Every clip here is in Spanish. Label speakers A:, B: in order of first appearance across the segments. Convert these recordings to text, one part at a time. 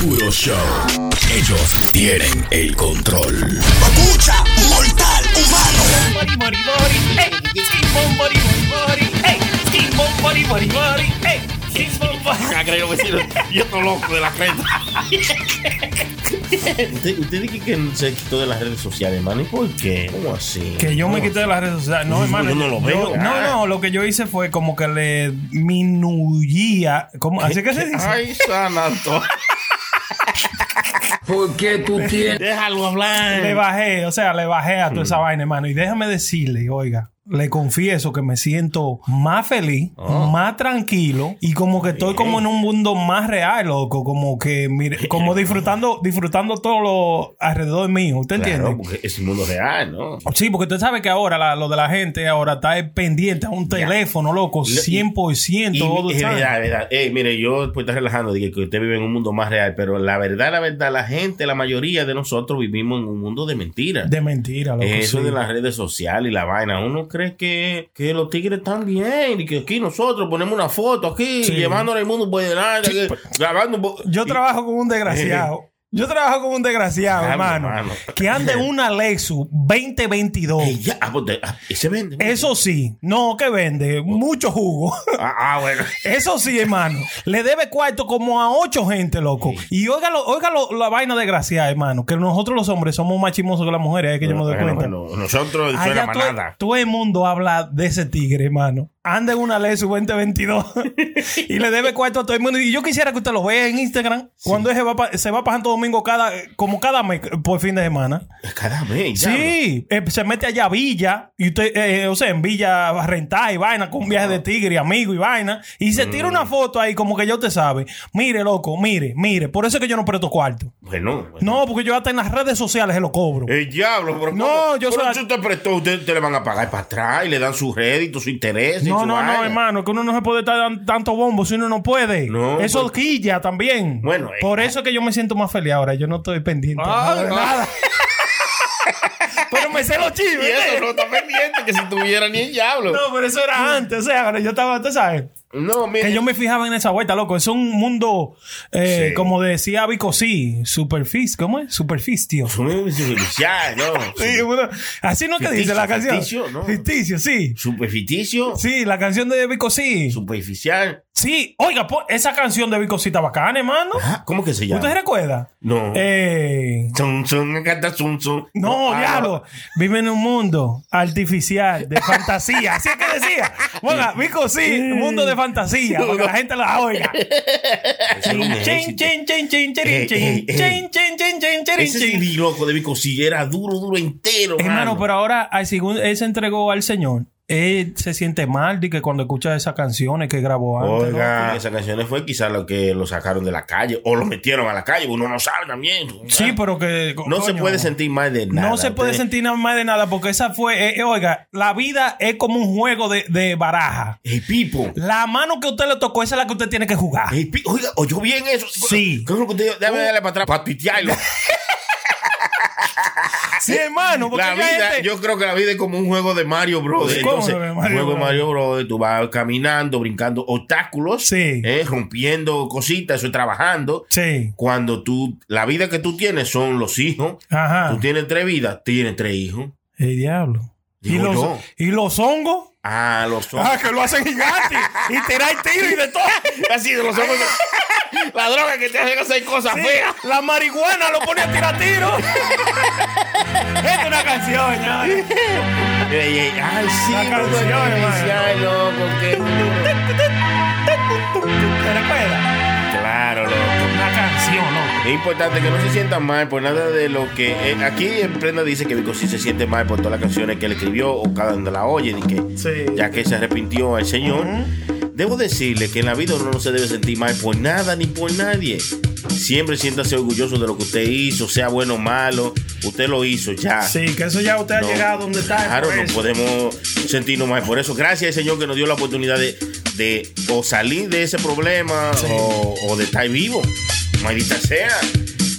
A: puro show. Ellos tienen el control.
B: Escucha, mortal, humano.
C: Body, body, body, hey, skin bone, body, body, body, hey, skin bone, body, body, body, hey, skin bone, body.
D: Cagrero vecino. Y otro loco de la creta.
E: Usted, usted dice que se quitó de las redes sociales, man. ¿Y por qué? ¿Cómo así?
C: Ah, Que yo me quité de las redes sociales. No, hermano.
E: yo no lo veo. Ah.
C: yo- no, no, lo que yo hice fue como que le minuía. ¿cómo? ¿Así que se dice?
D: Ay, sanato.
A: ¿Por qué tú tienes?
D: Déjalo hablar.
C: Le bajé, o sea, le bajé a toda
E: Hmm.
C: esa vaina, hermano. Y déjame decirle, oiga. Le confieso que me siento más feliz,
E: Oh.
C: más tranquilo y como que estoy como en un mundo más real, loco, como que mire, como disfrutando disfutando todo lo alrededor mío, ¿usted entiende?
E: Claro, porque es el mundo real, ¿no?
C: Sí, porque usted sabe que ahora la- lo de la gente ahora está eh, pendiente a un teléfono, loco, 100%
E: Y,
C: todo
E: es
C: el time.
E: verdad, es verdad. Ey, mire, yo pues estar relajando, dije que usted vive en un mundo más real, pero la verdad, la verdad, la gente, la mayoría de nosotros vivimos en un mundo de mentiras.
C: de mentira, loco.
E: Eso
C: sí.
E: de las redes sociales y la vaina. Uno cree que, que los tigres están bien y que aquí nosotros ponemos una foto aquí
C: Sí. pues,
E: llevándole al mundo un buen aire, que- grabando un bo-
C: Yo
E: y-
C: trabajo con un desgraciado. Yo trabajo con un desgraciado,
E: Claro,
C: hermano,
E: hermano.
C: que anda en una Lexus 2022.
E: Ey, ya, ah, pues, de- ah, y se vende.
C: Eso sí, no, que vende mucho jugo.
E: Ah, ah, bueno.
C: Eso sí, hermano. Le debe cuarto como a ocho gente, loco. Y óigalo, óigalo la vaina desgraciada, hermano. Que nosotros los hombres somos más chismosos que las mujeres, es que yo me doy
E: Bueno,
C: cuenta. Ah,
E: bueno, nosotros eso
C: Allá
E: era
C: todo,
E: manada.
C: todo el mundo habla de ese tigre, hermano. Anda en una ley su 2022 y le debe cuarto a todo el mundo. Y yo quisiera que usted lo vea en Instagram cuando se va, pa- se va pasando domingo cada, como cada mes por fin de semana.
E: Cada vez. diablo.
C: Sí, eh, se mete allá a Villa, y usted, eh, o sea, en Villa a rentar y vaina, con viaje de tigre, y amigo y vaina, y se tira una foto ahí como que ya usted sabe. Mire, loco, mire, mire, por eso es que yo no presto cuarto.
E: Bueno, bueno.
C: No, porque yo hasta en las redes sociales se lo cobro.
E: El pues. Eh, diablo, pero
C: No,
E: ¿cómo?
C: yo
E: Pero
C: soy-
E: si usted prestó, usted, usted le van a pagar para atrás y le dan su rédito, su interés. y
C: No,
E: su
C: no, no,
E: vaina.
C: hermano, que uno no se puede estar dando tanto bombo si uno no puede.
E: No,
C: eso
E: pues-
C: quilla también.
E: Bueno, eh,
C: por eso es que yo me siento más feliz ahora. Yo no estoy pendiente.
D: Ah,
C: no, de
D: no.
C: nada. pero me sé los
D: Y
C: chives.
D: eso
C: ¿eh?
D: no está pendiente que si tuviera ni el diablo.
C: No, pero eso era antes. O sea, ahora yo estaba, tú sabes.
E: No, mire.
C: Que yo me fijaba en esa vuelta, loco. Es un mundo, eh,
E: Sí.
C: como decía Vico, sí, superficie. ¿Cómo es? Superficio.
E: Superficial, no.
C: Sí, bueno, así no que
E: Ficticio,
C: dice la canción.
E: ficticio, ¿no?
C: Ficticio, sí.
E: Superficicio.
C: Sí, la canción de Vico, sí.
E: Superficial.
C: Sí, oiga, po- esa canción de Vicosita bacana, hermano.
E: Ah, ¿Cómo que se llama?
C: ¿Usted se recuerda?
E: No.
C: Eh,
E: Zum, zum, me encanta zum, zum.
C: no,
E: Ah,
C: diablo. Vive en un mundo artificial, de fantasía. Así es que decía. Oiga, Vico, sí, mundo de fantasía, para que la gente la oiga.
E: eso era un
C: Chin,
E: éxito.
C: chin, chin, chin, chirin,
E: Eh, eh,
C: chin.
E: eh.
C: Chin, chin, chin, chin, chirin,
E: Ese
C: chin.
E: CD loco de Vico sí, era duro, duro entero.
C: Hermano,
E: mano.
C: pero ahora, al según él se entregó al Señor, él se siente mal de que cuando escucha esas canciones que grabó antes. ¿no?
E: Oiga, esas canciones fue quizás lo que lo sacaron de la calle o lo metieron a la calle, uno no sabe también.
C: Sí, pero que.
E: No se
C: coño.
E: puede sentir mal de nada.
C: No se puede
E: Ustedes-
C: sentir nada más de nada porque esa fue, eh, eh, oiga, la vida es como un juego de, de baraja.
E: Ey, Pipo.
C: La mano que usted le tocó, esa es la que usted tiene que jugar.
E: Ey, Pipo. Oiga, oyó bien eso.
C: Sí. Uh.
E: ¿Qué es lo que usted- Déjame darle para atrás para tuitearlo.
C: Sí, hermano, porque ya
E: La vida,
C: gente-
E: yo creo que la vida es como un juego de Mario Bros.
C: ¿Cómo
E: Entonces,
C: lo de
E: un
C: Mario
E: juego de
C: Bros?
E: Mario Bros. Tú vas caminando, brincando obstáculos,
C: Sí.
E: eh, rompiendo cositas, eso, trabajando.
C: Sí.
E: Cuando tú, la vida que tú tienes son los hijos.
C: Ajá.
E: Tú tienes tres vidas, tienes tres hijos.
C: El diablo. ¿Y
E: Digo
C: los,
E: yo.
C: ¿Y los hongos?
E: Ah, los hijos.
C: Ah, que lo hacen gigante. y tirar tiro y de todo.
D: Así de los ojos. La droga que te hace hacer cosas
C: Sí,
D: feas.
C: la marihuana lo pone a tirar tiro. Esta es una canción, señores.
E: Ey, ey, ay, sí,
C: La
E: pero
C: canción,
E: sí,
C: hermano.
E: ay, loco, qué duro.
C: ¿Te recuerdas?
E: Claro, loco.
C: Una canción, loco.
E: Es importante que no se sientan mal por nada de lo que. eh, aquí en Prenda dice que Vico sí se siente mal por todas las canciones que él escribió o cada donde la oye, y que,
C: Sí.
E: ya que se arrepintió al Señor. Debo decirle que en la vida uno no se debe sentir mal por nada ni por nadie. Siempre siéntase orgulloso de lo que usted hizo, sea bueno o malo. Usted lo hizo ya.
C: Sí, que eso ya usted ha
E: No,
C: llegado donde está. Pues,
E: Claro,
C: por
E: no
C: eso.
E: podemos sentirnos mal por eso. Gracias, Señor, que nos dio la oportunidad de, de o salir de ese problema o, o de estar vivo. Maldita sea.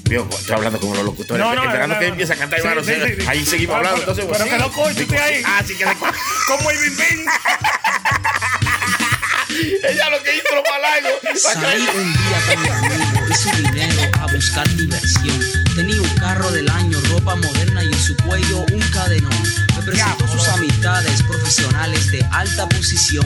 E: Vio, estoy hablando como los locutores.
C: No, no,
E: esperando
C: no,
E: que
C: no.
E: empiece a cantar,
C: Sí,
E: hermano.
C: sí, sí, sí.
E: Ahí seguimos
C: Ah,
E: hablando.
C: pero-
E: Entonces,
C: pero que no corte usted ahí.
E: Ah, sí, que le-
C: Como el Bim Bim.
D: Ella lo que hizo lo malayo.
F: Salí un día con mi amigo y su dinero a buscar diversión. Tenía un carro del año, ropa moderna y en su cuello un cadenón. Me presentó sus amistades profesionales de alta posición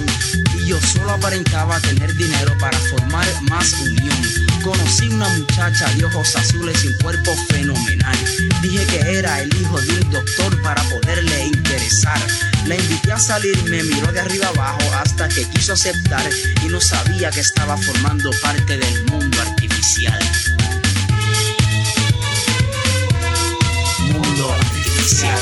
F: y yo solo aparentaba tener dinero para formar más unión. Conocí una muchacha de ojos azules y un cuerpo fenomenal. Dije que era el hijo de un doctor para poderle interesar. La invité a salir, me miró de arriba abajo hasta que quiso aceptar y no sabía que estaba formando parte del mundo artificial. Mundo artificial.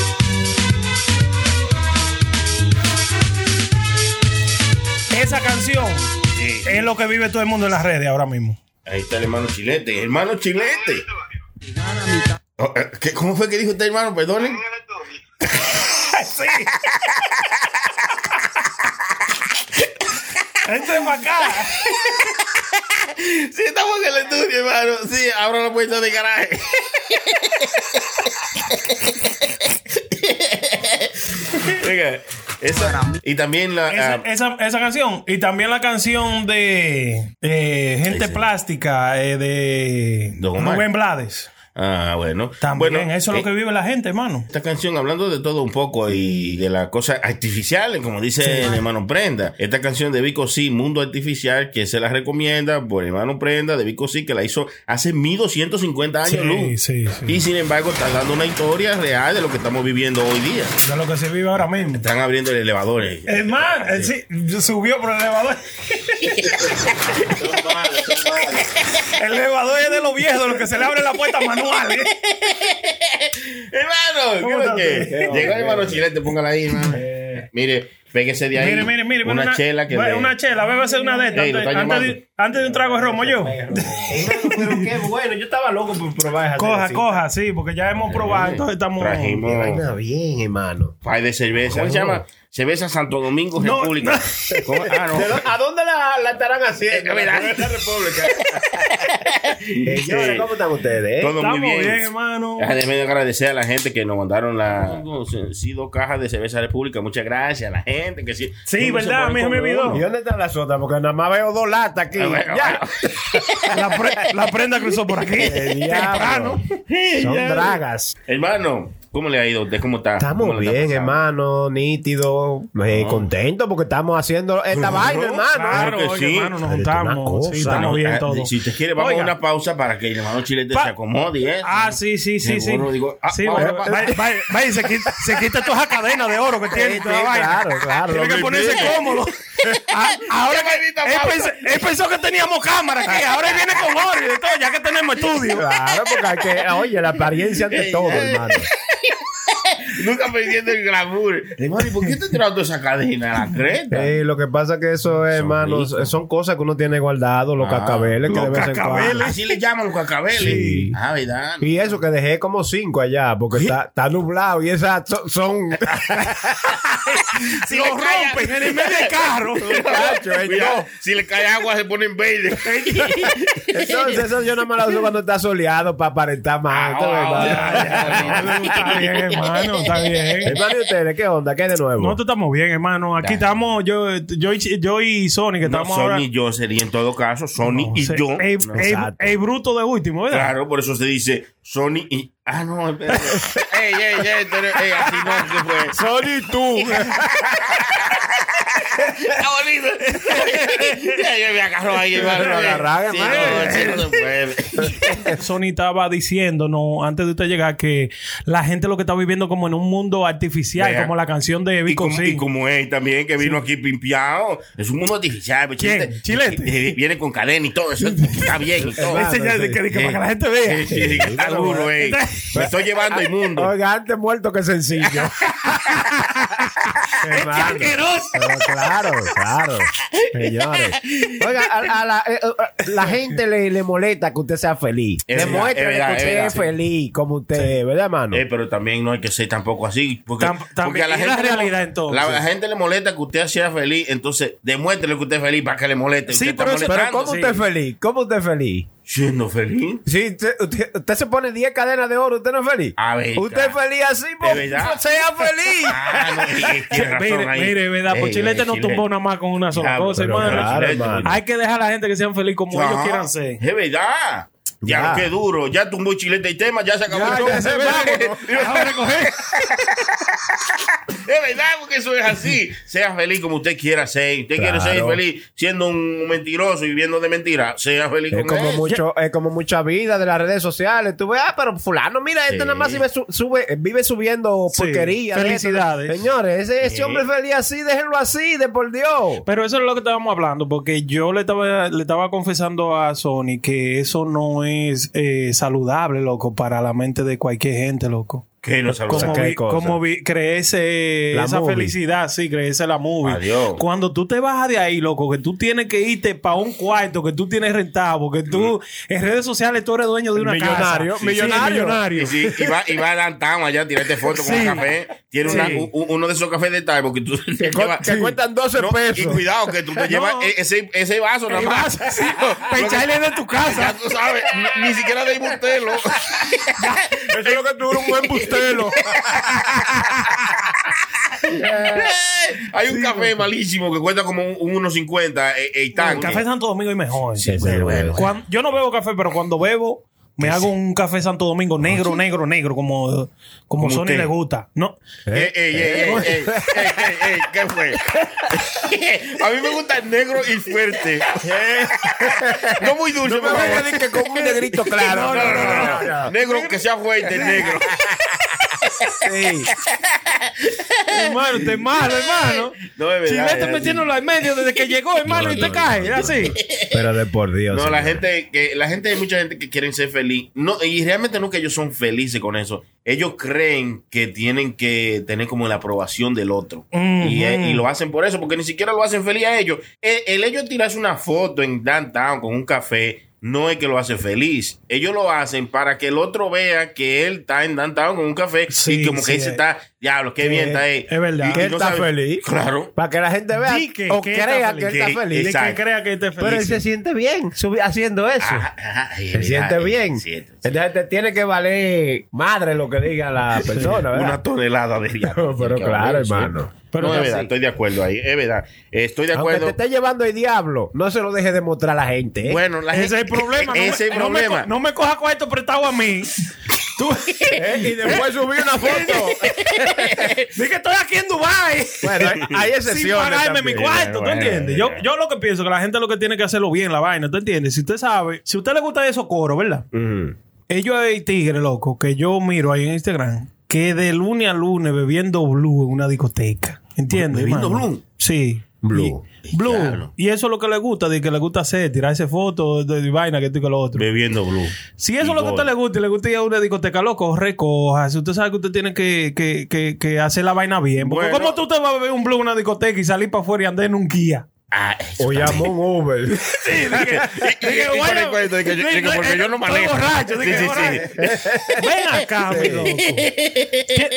C: Esa canción
E: Sí.
C: es lo que vive todo el mundo en las redes ahora mismo.
E: Ahí está el hermano Chilete. Hermano Chilete.
F: Llegar a mitad
E: Oh, eh, ¿qué- ¿Cómo fue que dijo usted, hermano? Perdonen.
C: Entre para acá.
E: Sí, estamos en el estudio, hermano. Sí, abro la puerta de garaje. Oiga, esa, y también la.
C: Esa,
E: ah,
C: esa- esa canción. Y también la canción de eh, Gente
E: sí.
C: Plástica eh, de
E: Don Omar.
C: Rubén Blades.
E: ah, bueno.
C: También,
E: Bueno,
C: eso es
E: eh,
C: lo que vive la gente, hermano.
E: Esta canción, hablando de todo un poco y de las cosas artificiales, como dice el hermano Prenda. Esta canción de Vico Sí, Mundo Artificial, que se la recomienda por el hermano Prenda de Vico Sí, que la hizo hace 1250 años,
C: Sí,
E: Luz.
C: sí, sí.
E: Y sin embargo, está dando una historia real de lo que estamos viviendo hoy día.
C: De lo que se vive ahora mismo.
E: Están abriendo el elevador. eh.
C: Hermano, eh, sí, subió por el elevador. el elevador es de los viejos, de los que se le abre la puerta manual. ¿eh?
E: Hermano,
C: ¿Cómo
E: ¿qué es
C: estás,
E: lo que?
C: tú?
E: Llegó el hermano Chilete, póngala ahí, hermano. Mire, pégese de ahí.
C: Mire, mire, mire.
E: Una, chela que.
C: bueno,
E: le-
C: Una chela, bébese una de estas.
E: Ey, lo
C: antes,
E: están
C: antes
E: llamando.
C: de, antes de un trago de romo, yo.
G: Pero qué bueno, yo estaba loco por probar esa
C: Coja,
G: cervecita.
C: coja, sí, porque ya hemos probado, entonces estamos.
E: Trajimos
G: Vaina bien, hermano.
E: pay de cerveza. ¿Cómo se llama? Cerveza Santo Domingo
C: No,
E: República. ¿Cómo? Ah, no.
G: ¿De dó- ¿A dónde la, la estarán
E: Eh,
G: haciendo?
E: mira.
G: Señores, ¿cómo están ustedes? eh?
E: Todo
C: Estamos
E: muy bien.
C: bien, hermano.
E: Déjame agradecer a la gente que nos mandaron la sí, dos cajas de cerveza República. Muchas gracias a la gente que sí.
C: Sí,
E: no
C: verdad,
E: se
C: a mí se me
E: pone
C: olvidó.
E: uno.
G: ¿Y dónde están las otras? Porque nada más veo dos latas aquí.
E: Ah, bueno,
G: ya.
C: La, pre- la prenda cruzó por aquí.
G: El diablo.
C: Temprano.
G: Son
C: Ya.
G: dragas.
E: Hermano, ¿cómo le ha ido? ¿Usted cómo está? Ah, ¿Cómo
G: Estamos
E: le está
G: bien,
E: pasando?
G: hermano, nítido, eh, contento porque estamos haciendo esta vaina, hermano.
C: Claro,
E: Claro que
C: oye,
E: sí.
C: hermano, nos
G: Pero es una
C: juntamos.
G: cosa,
C: Sí, estamos
E: Ah,
C: bien
E: ah,
C: todos.
E: Si usted quiere, vamos
C: Oiga.
E: a una pausa para que el hermano Chilete
C: Pa-
E: se acomode. ¿eh?
C: Ah, sí, sí, sí, sí.
E: Seguro, digo, ah,
C: sí,
E: ahora
C: bueno,
E: pa-
C: vaya, vaya, vaya, se quita, se quita toda esa cadena de oro que tiene.
G: Sí,
C: toda
G: sí,
C: vaina.
G: claro, claro.
C: Tiene que
G: Lo
C: ponerse
G: mismo.
C: cómodo. Ah, ahora que él, pens- él pensó que teníamos cámara aquí, ahora él viene con oro y de todo, ya que tenemos estudio.
G: Claro, porque hay que, oye, la apariencia ante todo, hermano.
E: Nunca perdiendo el glamour. Hermano, ¿y por qué te trajo toda esa cadena a la creta?
G: Eh, lo que pasa que eso es, hermano, eh,
E: ricos.
G: son cosas que uno tiene guardado, los
E: Ah,
G: cacabeles que
C: los
G: de vez en cuando.
C: cacabeles.
E: Así le llaman los cacabeles.
G: Sí.
E: Ah, ¿verdad?
G: Y eso que dejé como cinco allá, porque está, está nublado y esas so- son.
C: Si lo rompen en el medio del carro.
G: Chacho, eh,
E: Cuidado,
G: no.
E: si le cae agua se ponen verdes.
G: Entonces, eso yo no me la uso cuando está soleado para aparentar más.
E: Ah,
G: esto es verdad.
C: Está bien, hermano, está bien.
G: Hermano, ¿y ustedes qué onda? ¿Qué hay de nuevo?
C: Nosotros estamos bien, hermano. Aquí
E: Ya.
C: estamos, yo, yo, y- yo y Sony, que
E: No,
C: estamos
E: Sony
C: ahora.
E: y yo sería en todo caso, Sony y
C: Sí.
E: yo.
C: Ey, ey,
G: Exacto.
C: ey, bruto de último, ¿verdad?
E: Claro, por eso se dice Sony y. Ah, no, espera. ey, ey, ey, tú eres- ey, así no se fue.
G: Sony, tú.
E: Está bonito. Ya, ya me agarró ahí, hermano.
G: Lo agarraron,
E: Sí,
G: hermano.
E: no, sí, no se puede.
C: Sony estaba diciéndonos antes de usted llegar que la gente lo que está viviendo como en un mundo artificial,
E: Vea.
C: como la canción de
E: Y
C: Vico
E: como, y
C: C.
E: como él también, que vino aquí pimpiado. Es un mundo artificial. pues,
C: ¿Quién? Chilete.
E: eh, Viene con cadena y todo. Eso está bien y todo.
C: Ese ya de que- de que para que la gente vea.
E: Sí, sí, sí, que está duro, ey. Me estoy llevando el mundo.
G: Oiga, antes muerto que sencillo. Hermano. Pero claro, claro. Señores. Oiga, a, a la, eh, eh, la gente le, le molesta que usted sea feliz.
E: Es
G: le
E: verdad,
G: muestra
E: es verdad,
G: que usted
E: es
G: es,
E: verdad.
G: feliz como usted, es, ¿verdad, hermano?
E: Eh, pero también no hay que ser tampoco así. Porque,
C: Tam- también-
E: porque a
C: y
E: la
C: la
E: gente. le-
C: realidad, entonces.
E: la- la gente le molesta que usted sea feliz. Entonces, demuéstrele que usted es feliz para que le moleste.
C: Sí,
E: usted está
C: pero eso-
G: Pero
E: molestando.
G: ¿cómo
C: sí.
G: usted es feliz? ¿Cómo usted es feliz?
E: Siendo feliz.
G: Si usted, usted- usted se pone 10 cadenas de oro, ¿usted no es feliz?
E: A ver,
G: Usted es feliz así, pues,
E: verdad.
G: sea feliz.
E: Ah, no, eh, tiene razón
C: Mire,
E: ahí.
C: mire, ¿verdad?
E: Ey,
C: Pues Chilete
E: ey,
C: no
E: Chilete.
C: tumbó nada más con una sola
E: Diablo,
C: cosa,
E: pero
C: hermano.
G: claro,
E: Chilete,
G: hermano.
E: coño.
C: Hay que dejar a la gente que sean feliz como ellos
E: Ajá,
C: quieran ser.
E: Es verdad. Ya,
G: Ya.
E: qué duro. Ya tumbó chilete y tema, ya se acabó el show. Es verdad, porque eso es así. Sea feliz como usted quiera ser. Usted quiere ser
G: Claro.
E: feliz siendo un mentiroso y viviendo de mentira. Sea feliz
G: Es
E: con
G: como,
E: eso.
G: mucho, es como mucha vida de las redes sociales. Tú ves, ah, pero fulano, mira,
E: Sí.
G: este nada más sube, sube- vive subiendo
C: Sí.
G: porquería. de esto.
C: Felicidades.
G: Señores, ese, ese
E: Sí.
G: hombre feliz así, déjenlo así, de por Dios.
C: Pero eso es lo que estábamos hablando, porque yo le estaba, le estaba confesando a Sony que eso no es eh, saludable, loco, para la mente de cualquier gente, loco.
E: Que no sabe
C: Como,
E: sacar.
C: vi,
G: cosa.
C: como vi- creerse
G: La
C: esa
G: movie.
C: felicidad, sí, creerse la movie.
E: Adiós.
C: Cuando tú te bajas de ahí, loco, que tú tienes que irte para un cuarto que tú tienes rentado, que tú en redes sociales tú eres dueño de una
G: Mm. Millonario,
C: casa. Sí,
G: millonario.
E: Y, si, y va, y va a downtown allá a tirarte fotos con un café. Tiene una-
C: Sí.
E: u- u- uno de esos cafés de Taibo que tú te
G: cu- que cuestan 12
E: Y
G: pesos.
E: cuidado, que tú te llevas
C: No.
E: e- ese, ese vaso nada más.
C: para echarle de tu
E: Ya
C: casa.
E: tú sabes, ni, ni siquiera de Bustelo.
G: Eso es lo que tú eres un buen bustelo.
E: Hay un café malísimo que cuesta como un, un 1.50 eh, eh,
C: El
E: tanque.
C: café Santo Domingo es mejor.
G: pero bueno.
C: Cuan- yo no bebo café, pero cuando bebo, me hago un café Santo Domingo negro, negro, negro, como, como,
E: Como
C: Sony
E: usted.
C: le gusta. No.
E: Eh, eh, eh, eh, eh, eh, eh, eh, ¿Qué fue? A mí me gusta el negro y fuerte.
G: Eh.
E: No muy dulce, por favor.
G: que con un negrito claro.
E: No, no, no, no, no. Negro que sea fuerte, negro.
C: hermano, usted es malo, hermano.
E: No, es verdad,
C: Chile está
E: es
C: metiéndolo al medio desde que llegó, hermano, y te cae. Era así.
G: Pero de por Dios.
E: No, la
G: señor.
E: gente, que, la gente, hay mucha gente que quieren ser feliz. No, y realmente no que ellos son felices con eso. Ellos creen que tienen que tener como la aprobación del otro. y, eh, y lo hacen por eso, porque ni siquiera lo hacen feliz a ellos. El, el ellos tirarse una foto en downtown con un café no es que lo hace feliz. Ellos lo hacen para que el otro vea que él está en downtown con un café
C: Sí,
E: y como
C: sí,
E: que él se
C: eh.
E: está, diablo, qué
C: Que
E: bien está él.
C: es verdad.
E: Y- y
G: Que él está feliz. Pues,
E: Claro.
G: Para que la gente vea
C: Di que-
G: o
C: que está
G: crea
C: feliz.
G: que él está
E: Que-
G: feliz.
C: De que
E: Exacto.
C: crea que esté
G: Pero él
C: feliz.
G: se siente bien subi- haciendo eso.
C: Ah,
E: Ajá, ajá, ay,
G: Se
E: mira,
G: siente
E: eh,
G: bien.
E: siento, siento.
G: Entonces te tiene que valer madre lo que diga la persona, ¿verdad?
E: Una tonelada de diablo.
G: Pero
E: Sí,
G: claro,
E: sí.
G: hermano.
E: Pero
C: Pero
E: no, es
C: es
E: verdad,
C: así.
E: estoy de acuerdo ahí, es verdad. Estoy de
G: Aunque te
E: acuerdo.
G: esté llevando el diablo, no se lo dejes demostrar a la gente. ¿eh?
E: Bueno, la
C: Ese es
E: gente-
C: el problema. no
E: Ese es
C: me-
E: el
C: no me co-
E: problema.
C: No me coja cuarto prestado a mí. Tú,
G: ¿Eh? Y después subí una foto.
C: Dije que estoy aquí en Dubai.
G: bueno, hay- hay
C: Sin
G: excepciones.
C: pagarme mi
G: también.
C: cuarto, ¿tú
E: Bueno,
C: entiendes? Yo,
E: bueno.
C: yo lo que pienso que la gente lo que tiene que hacerlo bien, la vaina, ¿tú entiendes? Si usted sabe, si a usted le gusta esos coros, ¿verdad? Ellos hay tigres, loco, que yo miro ahí en Instagram, que de lunes a lunes bebiendo blue en una discoteca. ¿Entiendes?
E: ¿Bebiendo
C: hermano?
E: blue?
C: Sí.
G: Blue.
C: Y- blue.
E: Diablo.
C: Y eso es lo que le gusta, de que le gusta hacer, tirarse fotos de, de vaina, que esto y que lo otro.
E: Bebiendo blue.
C: Si eso es lo que a usted le gusta y le gusta ir a una discoteca, loco, recoja. Si usted sabe que usted tiene que, que, que, que hacer la vaina bien. Porque
E: Bueno.
C: ¿cómo tú te vas a beber un blue en una discoteca y salir para afuera y andar en un guía?
E: Ah,
G: O llamó un Uber.
E: porque yo no manejo.
C: borracho, dije,
E: Sí, sí,
C: borracho.
E: sí.
C: Ven acá, mi loco. Ti-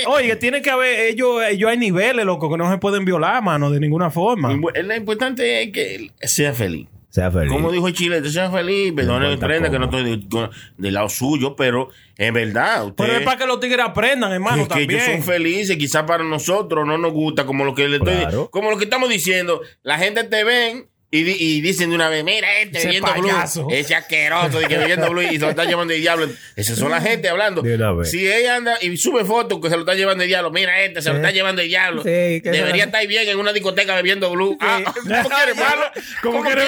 C: Oye, tiene que haber... Ellos, ellos hay niveles, loco, que no se pueden violar, mano, de ninguna forma.
E: Y bueno, Lo importante es que él sea feliz.
G: Sea feliz.
E: Como dijo Chile, sea feliz, perdone
G: No
E: que
G: importa
E: prenda que no
G: cómo.
E: estoy de- con- del lado suyo, pero en verdad, usted,
C: Pero es para que los tigres aprendan, hermano,
E: que, que ellos son
C: también.
E: felices, quizás para nosotros no nos gusta, como lo que le estoy,
G: Claro.
E: como lo que estamos diciendo, la gente te ven y, di- y dicen de una vez, mira este
C: Ese
E: bebiendo
C: payaso.
E: blue, ese asqueroso de que bebiendo blue y se lo está llevando de diablo. Esas son la gente hablando.
G: De una vez.
E: Si ella anda y sube fotos que se lo está llevando de diablo, mira este, se lo está llevando de diablo.
G: Sí, que
E: Debería
G: no-
E: estar bien en una discoteca bebiendo blue. Ah, ¿Cómo quieres, malo?
G: Como que
E: quieres?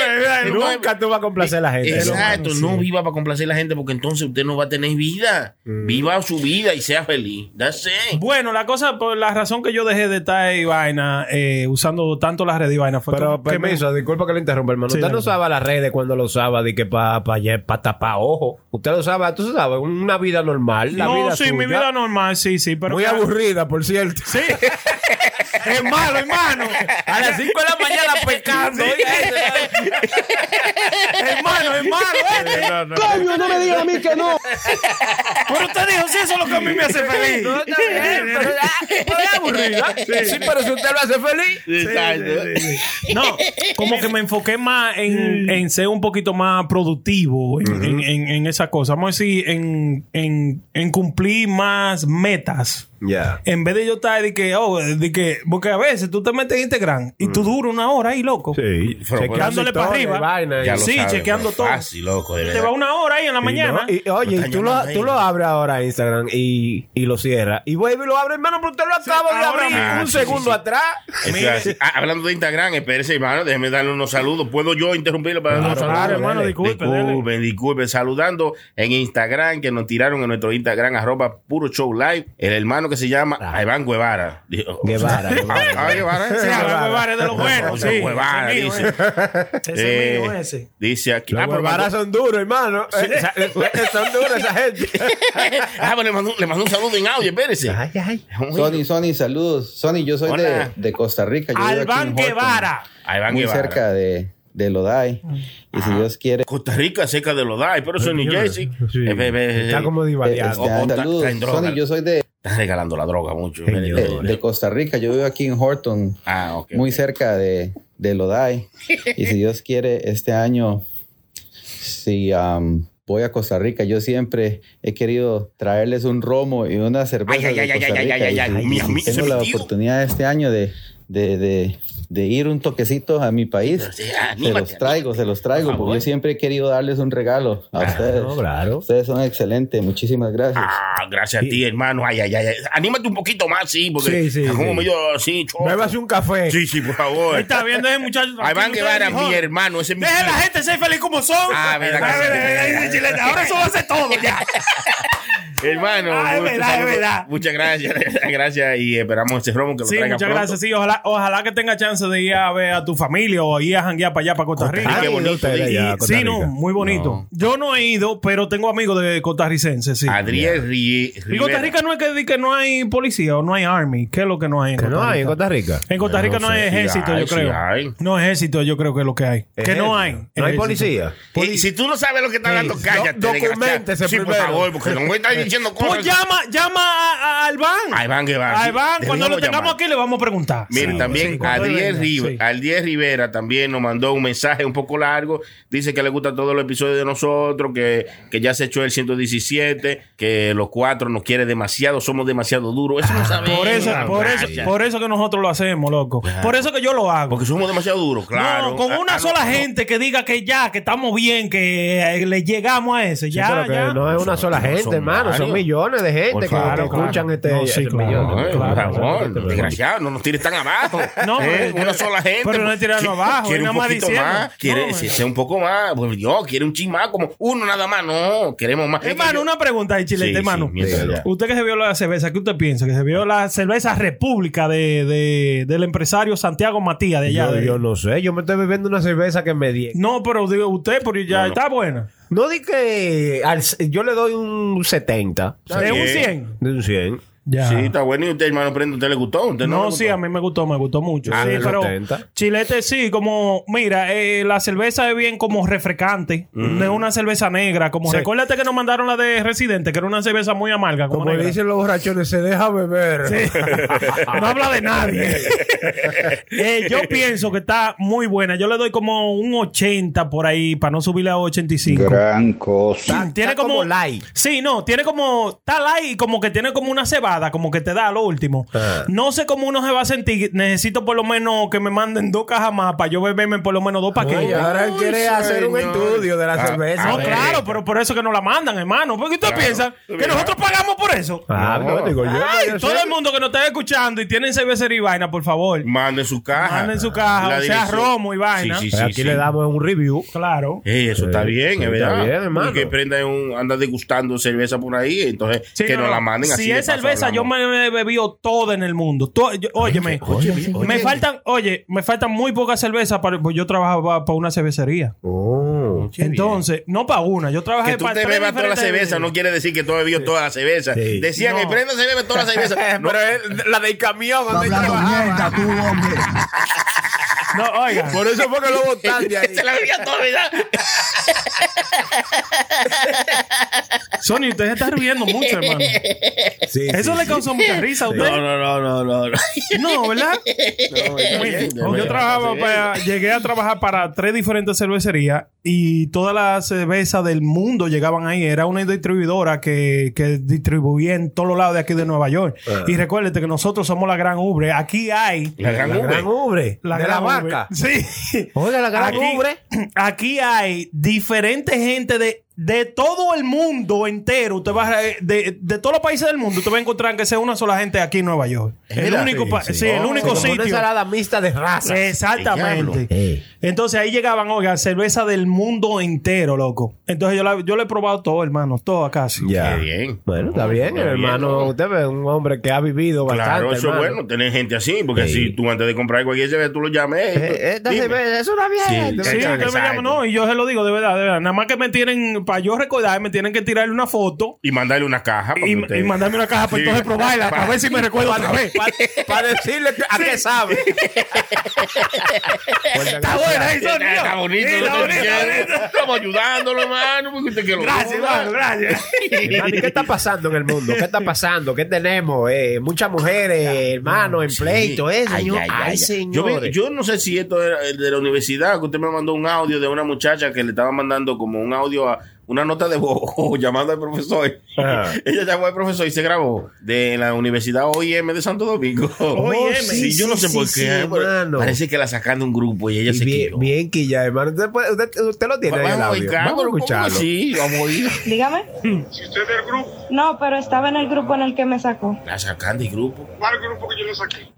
E: No,
G: nunca tú vas a complacer a la gente.
E: Exacto, no viva para complacer a la gente porque entonces usted no va a tener vida.
G: Mm.
E: Viva su vida y sea feliz. That's it.
C: Bueno, la cosa, por la razón que yo dejé de estar ahí, vaina, eh, usando tanto las redes y vaina, fue
G: Pero
C: que- Pues que me-
G: permiso, disculpa que lo interrumpa, hermano.
C: Sí,
G: usted
C: dale.
G: no usaba las redes cuando lo usaba de que para pa, allá, pa tapar ojo. Usted lo usaba, tú sabes, una vida normal. La
C: no,
G: vida
C: sí,
G: suya.
C: mi vida normal, sí, sí, pero...
G: Muy aburrida, por cierto.
C: Sí. es malo, hermano.
G: A las 5 de la mañana pecando. oiga eso,
C: hermano, hermano. este.
G: no, no,
B: Coño, no me digan a mí que no.
C: Pero usted dijo, sí, eso es lo que a mí me hace feliz.
G: no, está bien, pero, ah, pero es aburrida. Sí, pero si usted lo hace feliz.
E: Exacto.
C: No, como que me enfoqué más en, en ser un poquito más productivo en, en- en- en esa cosa. Vamos a decir, en, en- en cumplir más metas.
G: Ya.
C: En vez de yo estar de que, oh, de que, porque a veces tú te metes en Instagram y tú duras una hora ahí, loco.
G: Sí.
E: Pero
G: Chequeando
C: dándole para
G: historia y
C: arriba.
G: vaina,
E: Ya
G: y-
E: lo
C: Sí,
E: sabes,
C: chequeando
E: pues,
C: todo.
E: Fácil, loco. de
C: Te
E: verdad.
C: va una hora ahí en la
G: y
C: mañana.
G: no, y- oye,
E: Lo
G: y
E: está
G: tú lo,
E: llamando
G: tú
E: ahí.
G: lo abres ahora Instagram y, y lo cierras. Y vuelve y lo abre, hermano, pero usted lo acaba de
C: ahora
G: abrir
E: mismo.
G: un
E: Ah, sí,
G: segundo
E: sí, sí.
G: atrás.
E: Eso es así. Ah, hablando de Instagram, espérese, hermano, déjeme darle unos saludos. ¿Puedo yo interrumpirle para darle unos
C: Claro,
E: saludos?
C: hermano,
E: Dele.
C: disculpe, dele.
E: disculpe, disculpe. Saludando en Instagram, que nos tiraron en nuestro Instagram, arroba puro show live, el hermano que se llama Iván Guevara. Dijo-
G: Guevara, Guevara.
E: Ah, Guevara.
C: Sí,
E: Guevara.
C: la huevada es de los buenos, sí.
E: La huevada,
C: Ese mío,
E: dice.
C: eh. Ese
E: Eh,
C: mío, ese.
E: Dice aquí.
G: Los
E: Ah, pero
G: huevaras
E: mandó-
G: son duros, hermano. Esa- esa- son duros esa gente.
E: ah, pero le mandó, le mandó un saludo en audio, espérese.
H: Sony, Sony, saludos. Sony, yo soy de,
E: Hola.
H: de Costa Rica. Yo vivo aquí en
C: Albán
H: Horton,
C: Guevara.
E: A Iván
H: Muy
E: Guevara.
H: cerca de, de Lodai. Y si Dios quiere,
E: Costa Rica, cerca de Lodai, pero eso es New Jersey.
G: Sí.
E: Eh, ve, ve,
G: Está
E: eh,
G: como
H: eh,
G: divariado.
E: o- o
H: este,
E: está-
H: saludos.
E: está en droga.
H: Sony, yo soy de,
E: Está regalando la droga mucho. eh,
G: Señor.
H: de, de Costa Rica. Yo vivo aquí en Horton,
E: Ah, ok.
H: muy
E: ok.
H: cerca de, de Lodai. Y si Dios quiere, este año, si am, voy a Costa Rica, yo siempre he querido traerles un romo y una cerveza.
E: Ay, ay,
H: de
E: ay, ay,
H: Costa
E: ay, ay,
H: Rica.
E: ay,
H: Y
E: ay,
H: si-
E: ay, mi
H: y si
E: amigo,
H: Tengo
E: ese
H: la
E: metido.
H: oportunidad este año de, de, de- de ir un toquecito a mi país.
E: Sí,
H: Se
E: anímate,
H: los traigo, se los traigo,
E: Por
H: porque yo
E: favor.
H: siempre he querido darles un regalo a ustedes.
G: No, claro.
H: Ustedes son excelentes, muchísimas gracias.
E: Ah, gracias a ti, hermano. Ay, ay, ay. ay. Anímate un poquito más, sí, porque
G: Sí, sí,
E: está como
G: sí.
E: medio así, choco.
G: Bébase un café.
E: Sí, sí, por favor.
C: Ahí está viendo ese muchacho.
E: A Iván
C: Ustedes
E: Guevara,
C: mejor.
E: mi hermano, ese es mi
C: Deja a la
E: tío.
C: gente ser feliz como son.
E: Ah, verdad que
C: Ah,
E: sí.
C: verdad, chilena. Ahora eso va a ser todo ya.
E: Hermano,
C: Ah, es
E: muchos
C: verdad, es
E: saludos.
C: verdad.
E: Muchas gracias, gracias y esperamos ese romo que lo
C: Sí,
E: traiga
C: muchas
E: pronto.
C: gracias. Sí, ojalá, ojalá que tenga chance de ir a ver a tu familia o ir a janguear para allá, para Costa Rica.
E: Rica, qué bonito,
G: ustedes
E: y-
G: allá,
C: Y-
G: Costa
C: sí, no,
G: Rica.
C: muy bonito. Yo no he ido, pero tengo amigos de costarricenses, sí.
E: Adriel Ri-
C: Y Costa
E: Rivera.
C: Rica no es que, di que no hay policía o no hay army. ¿Qué es lo que no hay en
G: Que
C: Costa
G: no hay en
C: Rica?
G: Costa Rica.
C: En Costa Rica no,
E: No
C: hay
E: sé, sí
C: ejército,
E: hay,
C: yo
E: sí
C: creo.
E: hay.
C: No ejército, yo creo que es lo que hay. que no hay.
G: No hay
C: ejército.
G: policía.
E: Y si tú no sabes lo que está hablando, cállate.
G: Do-
E: desgraciado.
G: documéntese
E: Sí, por
G: primero.
E: favor, porque no voy a estar diciendo cosas.
C: Pues llama, llama a, a- al van.
E: A Iván Guevara.
C: A Iván,
E: Sí,
C: cuando lo
E: deberíamos
C: tengamos
E: llamar.
C: aquí, le vamos a preguntar.
E: Miren,
C: Sí, sí,
E: también a
C: cuando él venga, sí.
E: Rivera también nos mandó un mensaje un poco largo. Dice que le gusta todos los episodios de nosotros, que, que ya se echó el 117, que los cuatro nos quiere demasiado, somos demasiado duros. Eso
C: Ah,
E: no sabemos.
C: Por eso, por eso,
E: gracias.
C: por eso que nosotros lo hacemos, loco. Por eso que yo lo hago.
E: Porque somos demasiado duros, claro.
C: No, con
E: Ah,
C: una
E: ah, no,
C: sola
E: no.
C: gente que diga que ya, que estamos bien, que eh, le llegamos a ese.
G: Sí,
C: ya,
G: pero que
C: ya.
G: no es una
E: Son-
G: sola
E: son
G: gente, hermano. Son
E: varios.
G: millones de gente
E: Por
G: que, que
E: favor, claro.
G: escuchan este.
C: No, sí,
G: este
C: claro.
G: millón.
E: Ay, por
G: Claro,
E: favor,
G: claro.
E: desgraciado, no nos tires tan abajo.
C: No,
E: Eh,
C: pero-
E: una sola gente. pues,
C: pero no es tirarnos
E: Qui-
C: abajo,
E: Quiere
C: es
E: un
C: nada más
E: poquito
C: diciendo.
E: más, quiere
C: No,
E: si
C: man.
E: sea un poco más. Pues Dios, quiere un chin más, como uno nada más. No, queremos más.
C: Hermano, una pregunta ahí, chilete,
E: Sí, sí,
C: hermano.
E: mientras ya.
C: usted que se vio la cerveza, ¿qué usted piensa? Que se vio la cerveza República de, de- del empresario Santiago Matías de allá.
G: Yo,
C: de-
G: yo no sé, yo me estoy bebiendo una cerveza que me di.
C: No, pero digo usted, porque ya
E: No, no.
C: está buena.
G: No di que al- yo le doy un 70.
C: ¿Es un
E: bien.
C: 100?
G: De un 100.
C: Ya.
E: Sí, está bueno. ¿Y usted, hermano, prende? ¿Usted le gustó? ¿Usted no,
C: No,
E: le
C: sí,
E: gustó?
C: a mí me gustó, me gustó mucho.
G: Ah,
C: sí,
G: del
C: pero
G: 70.
C: chilete sí, como, mira, eh, la cerveza es bien como refrescante. No es una cerveza negra. Como
G: Mm. Sí.
C: recuérdate que nos mandaron la de Residente, que era una cerveza muy amarga. Como,
G: Como
C: negra.
G: dicen los borrachones, se deja beber.
C: no habla de nadie. Eh, yo pienso que está muy buena. Yo le doy como un 80 por ahí, para no subirle a 85.
I: Gran cosa.
G: Está-
C: Tiene
G: está
C: como,
G: light.
C: Sí, no, tiene como. Está light y como que tiene como una cebada, como que te da lo último.
G: Ah.
C: No sé cómo uno se va a sentir. Necesito por lo menos que me manden dos cajas más para yo beberme por lo menos dos
G: Oye,
C: paquetes.
G: ahora él
E: Uy,
G: quiere
E: señor.
G: hacer un estudio de la
E: Ah,
G: cerveza.
C: No,
E: A ver.
C: claro, pero por eso que no la mandan, hermano. Porque usted piensa que
E: Mira.
C: nosotros pagamos por eso.
G: Ah, no, digo yo.
C: Ay,
G: yo
C: todo
G: sé.
C: el mundo que nos está escuchando y tienen cervecería y vaina, por favor.
E: Manden su caja.
C: Manden su caja, o sea,
E: dirección.
C: romo y vaina.
E: Sí, sí,
G: Pues
E: sí,
G: aquí
E: sí.
G: le damos un review.
C: Claro.
E: Ey, eso está
G: Eh,
E: bien,
G: está
E: es verdad.
G: bien, hermano.
E: Y que prenda un, anda degustando cerveza por ahí, entonces
C: Sí,
E: que
C: no,
E: nos
C: no.
E: la manden así.
C: Si
E: de
C: es
E: paso
C: cerveza, yo
E: hablamos.
C: me me he bebido toda en el mundo. To- yo- óyeme, me faltan, oye, me faltan muy pocas cervezas. Para, pues yo trabajaba para una cervecería.
G: Oh.
C: Entonces, no para una, yo trabajé
E: Que tú
C: para
E: te
C: tres
E: bebas toda la
C: diferentes-
E: cerveza no quiere decir que tú has bebido toda la cerveza.
G: Sí.
E: Decían,
C: No.
E: que prenda se bebe toda la cerveza. No,
G: Pero es la del camión.
B: Está hablando mierda, tú, hombre.
C: No, oigan.
I: Por eso fue que lo botaste de ahí.
D: Se la bebía toda, ¿verdad?
C: Sony, usted se está riendo mucho, hermano.
I: Sí,
C: Eso
I: sí,
C: le
I: sí.
C: causó mucha risa a usted.
E: No, no, no, no, no. no.
C: No, ¿verdad?
E: no,
C: yo
E: no,
C: trabajaba
E: no,
C: para, llegué a trabajar para tres diferentes cervecerías y todas las cervezas del mundo llegaban ahí. Era una distribuidora que, que distribuía en todos los lados de aquí de Nueva York. Y recuérdate que nosotros somos la Gran Ubre. Aquí hay
E: La gran
G: La gran
E: V.
G: ubre.
C: la
G: de la
C: Gran Ubre.
G: vaca.
C: Sí.
G: Oiga, la gran ubre.
C: Aquí hay diferente gente de, de todo el mundo entero. Usted va a- de, de todos los países del mundo, usted va a encontrar que sea una sola gente aquí en Nueva York. El
E: Mira,
C: único,
E: sí,
C: pa-
E: sí.
C: sí, el
E: Oh,
C: único
G: Como Una
C: sitio.
G: ensalada mixta de raza.
C: Exactamente.
G: Eh.
C: Entonces ahí llegaban, oiga, cerveza del mundo entero, loco. Entonces yo la, yo la he probado todo, hermano, todo casi.
E: Qué bien.
G: Bueno, está bien,
E: Está bien,
G: hermano.
E: ¿no?
G: Usted es un hombre que ha vivido
E: Claro,
G: bastante.
E: eso es
G: hermano.
E: bueno, tener gente así, porque
G: Sí.
E: si tú antes de comprar cualquier cerveza tú lo llames.
G: Eh, eh,
E: dime.
G: dale, ve, eso está bien.
E: Sí,
C: Sí,
E: Exacto,
C: usted me
E: exacto.
C: llama, no, y yo se lo digo de verdad, de verdad. Nada más que me tienen, para yo recordar, me tienen que tirarle una foto
E: Y mandarle una caja. para
C: y,
E: que usted-
C: y mandarme una caja para
E: Sí.
C: entonces probarla, para ver si me recuerdo otra vez.
G: Para decirle que- a qué sabe.
C: Está buena, ahí,
E: Está,
C: Sony, ¿no?
E: está bonito.
C: Sí,
E: lo
C: está
E: que
C: bonito,
E: hicieron.
C: bonito.
E: Estamos ayudándolo, hermano. porque usted que lo
C: Gracias,
E: duda.
C: hermano, gracias.
G: Hermano, ¿y ¿Qué está pasando en el mundo? ¿Qué está pasando? ¿Qué tenemos? Eh, muchas mujeres, hermanos, en
E: Sí.
G: pleito. Eh,
E: Ay,
G: señor. Ay,
E: ay, ay, ay. Yo,
G: señores.
E: vi- yo no sé si esto era el de la universidad, que usted me mandó un audio de una muchacha que le estaba mandando como un audio a una nota de voz llamando al profesor. Ella llamó al profesor y se grabó de la Universidad OIM de Santo Domingo.
C: OIM.
E: Sí, yo no
G: Oh, sí,
E: sé por
G: sí,
E: qué. pero
G: hermano.
E: parece que la sacan de un grupo y ella
G: Y
E: se
G: bien,
E: quitó.
G: bien que ya, hermano. Usted, puede- usted- usted lo tiene ahí el
E: Vamos a
G: audio.
E: ubicar,
G: Vamos a
E: pero ¿cómo
G: escucharlo.
E: así? Vamos a oír.
J: Dígame. No, pero estaba en el grupo en el que me sacó,
E: La sacan del grupo.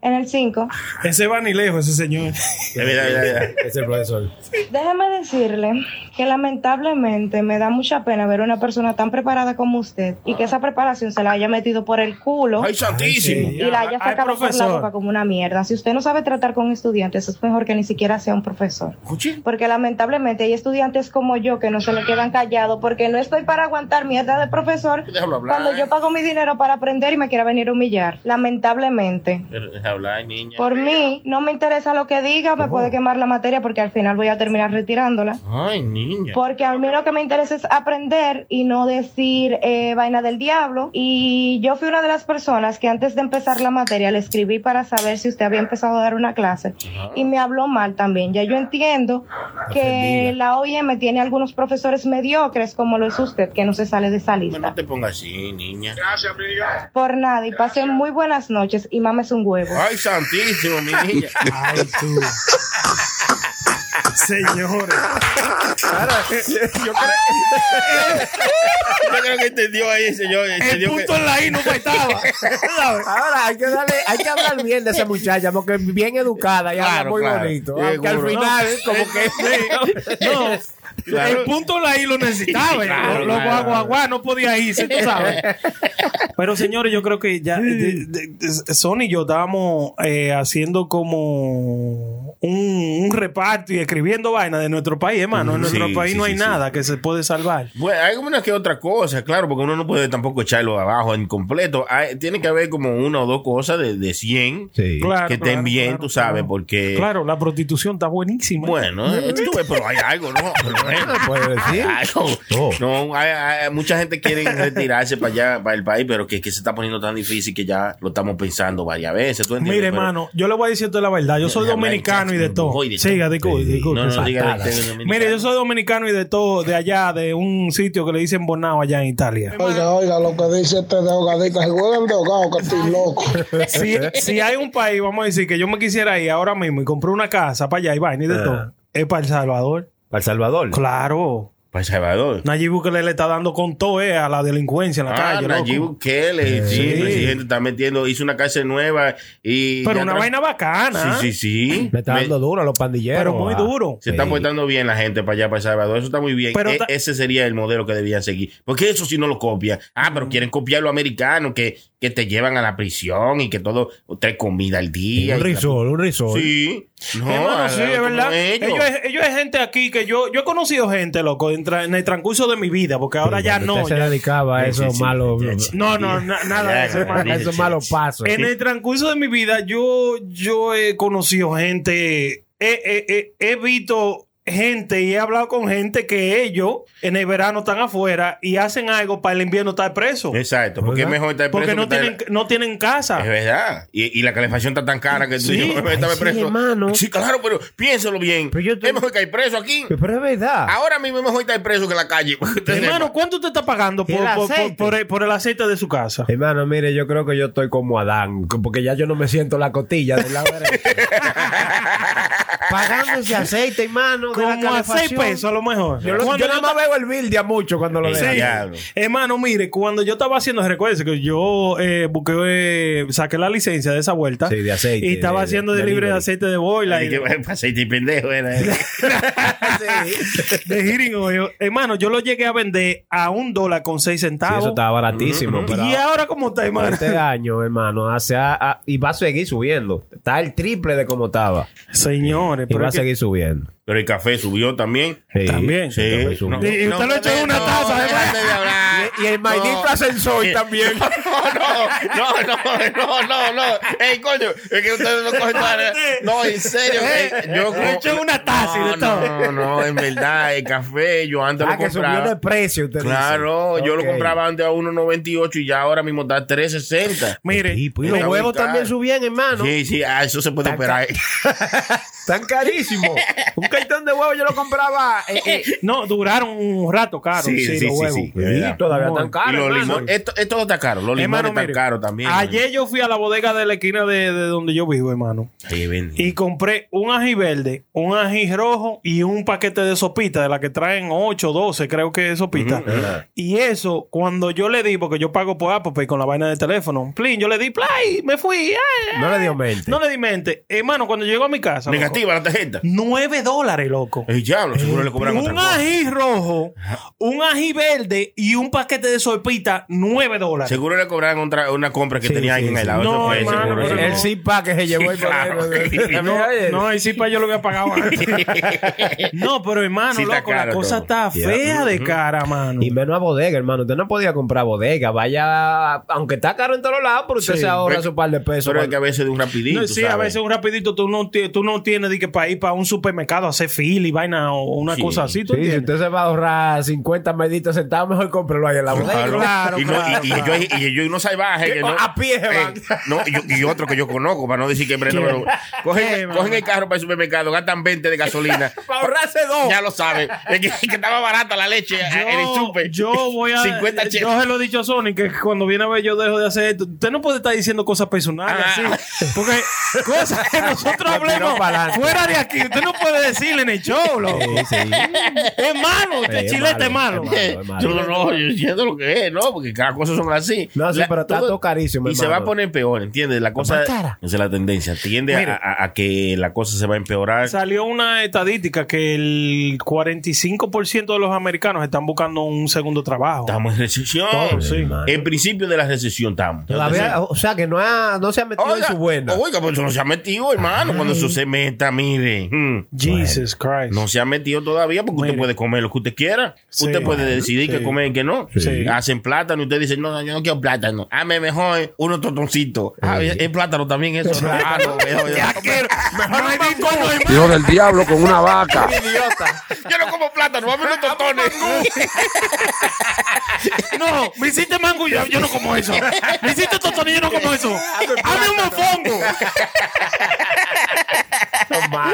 J: en el 5.
C: Ese va ni lejos, ese señor.
E: Ya, ya, ya, ya.
G: Es el profesor.
J: Déjeme decirle que lamentablemente me da mucha pena ver a una persona tan preparada como usted y que esa preparación se la haya metido por el culo
E: ¡Ay, santísimo!
J: y la haya
C: Ay,
J: sacado por la
C: Ah, profesor.
J: boca como una mierda. Si usted no sabe tratar con estudiantes, es mejor que ni siquiera sea un profesor. Porque lamentablemente hay estudiantes como yo que no se le quedan callados porque no estoy para aguantar mierda de profesor
E: Déjalo hablar.
J: cuando yo pago mi dinero para aprender y me quiera venir a humillar. Lamentablemente.
E: Pero deja hablar, niña.
J: Por mí, no me interesa lo que diga, me puede quemar la materia porque al final voy a terminar retirándola.
E: Ay, niña.
J: Porque a mí lo que me interesa es aprender y no decir eh, vaina del diablo. Y yo fui una de las personas que antes de empezar la materia le escribí para saber si usted había empezado a dar una clase. Y me habló mal también. Ya yo entiendo que la OIM tiene algunos profesores mediocres como lo es usted, que no se sale de esa
E: No
J: lista.
E: te pongas así, niña.
J: Por nada, y pasen muy buenas noches y mames un huevo.
E: Ay, santísimo, mi niña.
C: Ay, tú. Señores.
E: Yo creo que entendió ahí, señor.
C: El
E: Entendió que...
C: punto en la I no faltaba.
G: Ahora hay que darle, hay que hablar bien de esa muchacha, porque es bien educada y habla
E: Claro,
G: muy
E: claro.
G: bonito.
E: Seguro.
G: Aunque al final, como que
C: No.
E: Claro.
C: El punto en la I lo necesitaba.
E: Sí, claro,
C: Lo- lo
E: claro.
C: guaguaguá no podía irse, tú sabes. Pero señores, yo creo que ya de- de- de- Sony y yo estábamos eh, haciendo como un, un reparto y escribiendo vaina de nuestro país, hermano. En
E: Mm,
C: nuestro
E: sí,
C: país
E: sí,
C: no
E: sí,
C: hay
E: sí.
C: nada que se puede salvar.
E: Bueno, hay una que otra cosa, claro, porque uno no puede tampoco echarlo abajo en completo. Hay- tiene que haber como una o dos cosas de, de 100
C: Claro,
E: que estén
C: claro,
E: bien,
C: claro,
E: tú sabes,
C: claro.
E: porque...
C: Claro, la prostitución está buenísima.
E: Bueno, eh, tú ves, pero hay algo, ¿no? Pero, eh,
G: puede
E: hay
G: decir.
E: algo. No, hay- hay- mucha gente quiere retirarse para allá, para el país, pero que, que se está poniendo tan difícil que ya lo estamos pensando varias veces. ¿tú entiendes?
C: Mire,
E: Pero-
C: hermano, yo le voy a decir toda la verdad. Yo soy
E: Habla,
C: dominicano y de
E: chacho,
C: todo.
E: voy de
C: Sí,
E: todo.
C: disculpe,
E: Sí.
C: disculpe,
E: No, no, no diga
C: fatal.
E: que usted es dominicano.
C: Mire, yo soy dominicano y de todo, de allá, de un sitio que le dicen Bonao allá en Italia.
K: Oiga, oiga, lo que dice este de hogadita, se juegan de hogado, que estoy loco.
C: si, si hay un país, vamos a decir, que yo me quisiera ir ahora mismo y compré una casa para allá y vaina y de
G: Ah.
C: todo, es para El Salvador.
G: Para El Salvador.
C: Claro.
E: Para El Salvador.
C: Nayib Bukele le está dando con todo eh, a la delincuencia en la
E: Ah,
C: calle.
E: Nayib
C: loco.
E: Bukele, sí,
C: Sí.
E: el presidente está metiendo, hizo una cárcel nueva y...
C: Pero
E: ya
C: una
E: tra-
C: vaina bacana.
E: Sí, sí, sí.
G: Me está
E: Me-
G: dando duro a los pandilleros.
C: Pero muy
G: ah.
C: duro.
E: Se está
G: Sí.
E: portando bien la gente para allá, para El Salvador. Eso está muy bien.
C: Pero
E: E-
C: ta-
E: ese sería el modelo que debían seguir. Porque eso sí no lo copia. Ah,
C: Mm.
E: pero quieren copiar lo americano, que, que te llevan a la prisión y que todo, tres comida al día.
G: Un
E: y la-
G: risol, un risol.
E: Sí. No,
C: Hermano, sí,
E: hagan
C: es
E: como
C: verdad.
E: ellos.
C: Ellos, es- ellos es gente aquí que yo, yo he conocido gente, loco, en, tra- en el transcurso de mi vida, porque ahora ya
G: Cuando
C: no.
G: usted se
C: ya-
G: dedicaba a
E: Sí, sí,
G: esos
E: sí.
G: malos,
C: No, no, na- nada de eso,
E: Ya,
C: hermano.
G: a esos malos pasos.
C: En el transcurso de mi vida, yo, yo he conocido gente he, he- he- he visto gente y he hablado con gente que ellos en el verano están afuera y hacen algo para el invierno estar preso.
E: Exacto, porque es mejor estar preso
C: Porque
E: que
C: no
E: estar-
C: tienen, no tienen casa.
E: Es verdad. Y, y la calefacción está tan cara que tú
C: Sí.
E: dices, "Mejor
C: Ay,
E: estarme
C: sí,
E: preso.
C: hermano.
E: Sí, claro, pero piénsalo bien. Es mejor que hay preso aquí.
G: Pero es verdad.
E: Ahora mismo es mejor estar preso que en la calle.
C: Hermano, ¿cuánto te está pagando por,
G: El
C: por- por-
G: aceite.
C: por el, por el aceite de su casa?
G: Hermano, mire, yo creo que yo estoy como Adán, porque ya yo no me siento la cotilla del lado derecho. Pagando ese aceite, hermano. de la
C: Como a seis
G: calefacción.
C: pesos a lo mejor.
G: Yo, lo-
C: Cuando
G: yo nada más veo el bill de a mucho cuando lo
C: Sí.
G: veo.
C: Hermano, mire, cuando yo estaba haciendo, recuerden que yo eh, busqué, eh, saqué la licencia de esa vuelta.
E: Sí, de aceite,
C: Y estaba
E: de-
C: haciendo
E: de-
C: de, libre de
E: delivery.
C: aceite de boila.
E: Ay,
C: y-
E: qué- aceite y pendejo era.
C: de hearing oil. Hermano, yo lo llegué a vender a un dólar con seis centavos.
G: eso estaba baratísimo, pero
C: ¿Y ahora cómo está, hermano?
G: Este año, hermano, hace a- a- y va a seguir subiendo. Está el triple de como estaba.
C: Señores,
G: y
E: pero
G: va a
E: es que-
G: seguir subiendo.
E: Pero el café subió también.
G: También.
E: Sí.
G: El café
E: No,
G: subió.
C: Y usted lo echó en una taza, ¿verdad?
E: Y, el maldito
G: ascensor también.
E: No, no, no, no, no, no. Ey, coño, es que ustedes no cogen toda- No, en serio.
C: Eh,
E: eh, yo
C: le echó una taza y de
E: no,
C: todo.
E: No, no, en verdad, el café yo antes
G: Ah,
E: lo
G: que subió de
E: compraba.
G: precio, usted dice.
E: Claro, yo lo
G: Ok.
E: compraba antes a 1.98 y ya ahora mismo está a 3.60.
C: Mire,
G: Y los
E: Está muy
G: huevos
E: caro.
G: también subían, hermano.
E: Sí, sí, a eso se puede operar.
G: Están carísimos. Un cartón de huevos yo lo compraba. eh, eh,
C: No, duraron un rato caro. Sí, los huevos.
G: Sí, todavía están caros.
E: Y los
G: hermano.
E: limones- esto, esto está caro, los limones
C: Hermano,
E: están
C: mire,
E: caros también.
C: Ayer yo fui a la bodega de la esquina de, de donde yo vivo, hermano.
E: Ahí venden.
C: Y compré un ají verde, un ají rojo y un paquete de sopita, de la que traen 8, 12, creo que es sopita. Y eso, cuando yo le di, porque yo pago por Apple Pay con la vaina del teléfono, plin, yo le di play, me fui. ay,
G: No le dio
C: ay.
G: mente.
C: Eh, No le di mente. Hermano, cuando llegó a mi casa. loco,
E: Negativa la tarjeta.
C: 9 dólares, loco.
E: El diablo, seguro le Eh, cobran otra
C: Eh, Un
E: cosa.
C: ají rojo, un ají verde y un paquete de sopita, 9 dólares.
E: Seguro le cobraron otra- una compra que tenía alguien al lado.
C: No,
E: Eso fue
C: hermano,
E: seguro,
C: pero
E: seguro.
G: El zipa que se llevó
E: Sí,
G: el
E: claro.
G: gobierno.
E: eh.
C: No, no, ahí sí para yo lo que pagaba. no, pero hermano,
E: Sí está
C: loco, la
E: caro
C: cosa
E: todo.
C: está fea de cara, mano.
G: Y menos a bodega, hermano. Usted no podía comprar bodega. Vaya, aunque está caro en todos lados, pero usted
C: Sí.
G: se ahorra
E: Pero-
G: su par de pesos.
E: Pero es que a veces de un rapidito.
C: No, sí, a
E: ¿sabes?
C: veces un rapidito tú no, ti- tú no tienes de que para ir para un supermercado a hacer fila y vaina o una
E: Sí.
C: cosa así, ¿tú
G: Sí, si
C: entiendes?
G: usted se va a ahorrar 50 meditos sentados, mejor cómprelo ahí en la bodega.
E: Claro.
C: claro,
E: y, no,
C: claro,
E: y- y
C: claro.
E: yo, y, yo- y uno salvaje. Que
G: Eh,
E: no,
G: a pie se van.
E: no, y, yo- y otro que yo conozco, para no decir que es Brenda, pero cogen, cogen el carro para el supermercado, gastan 20 de gasolina.
G: Para ahorrarse dos.
E: ya lo saben. Es que, que estaba barata la leche en el
C: Yo,
E: super.
C: yo voy a.
E: 50
C: yo
E: chetos.
C: se lo he dicho a Sony que cuando viene a ver, yo dejo de hacer esto. Usted no puede estar diciendo cosas personales
E: Ah.
C: así. Porque cosas que nosotros hablemos
G: pa'lante.
C: fuera de aquí. Usted no puede decirle en el show, loco. Es malo, usted
G: es
C: chilete es
G: malo,
C: malo.
G: es
E: Eh,
G: malo.
E: Yo no, no, yo entiendo lo que es, ¿no? Porque cada cosa son así.
G: No, sí,
E: La-
G: pero está todo carísimo,
E: Y se va a
G: hermano.
E: poner peor, ¿entiendes? La cosa.
G: más
E: Esa
G: cara.
E: es la tendencia. Tiende a-
C: Mire.
E: a, a que la cosa se va a empeorar.
C: Salió una estadística que el 45% de los americanos están buscando un segundo trabajo.
E: Estamos en recesión.
C: Todo, sí.
E: En principio de la recesión estamos.
G: Todavía, o sea, que no, ha- no se ha metido en
E: Oiga,
G: su buena.
E: oiga, pues no se ha metido, hermano. Cuando eso se meta, mire. mm,
C: Jesus Christ.
E: No se ha metido todavía porque usted
C: Mire.
E: puede comer lo que usted quiera.
C: Sí.
E: Usted puede
C: Bueno,
E: decidir
C: sí.
E: que comer y que no.
C: Sí.
E: Hacen plátano y usted dice, no, no, yo no quiero plátano. Hame mejor unos totoncitos. Ah, es es plátano también eso. ¿no? Ah, no, mejor, yo, no como-
I: Hijo del diablo con una vaca.
E: yo no como plátano, dame unos totones.
C: No, me hiciste mango y yo, yo no como eso. Me hiciste tostón y yo no como eso. ¡Hazme un mofongo!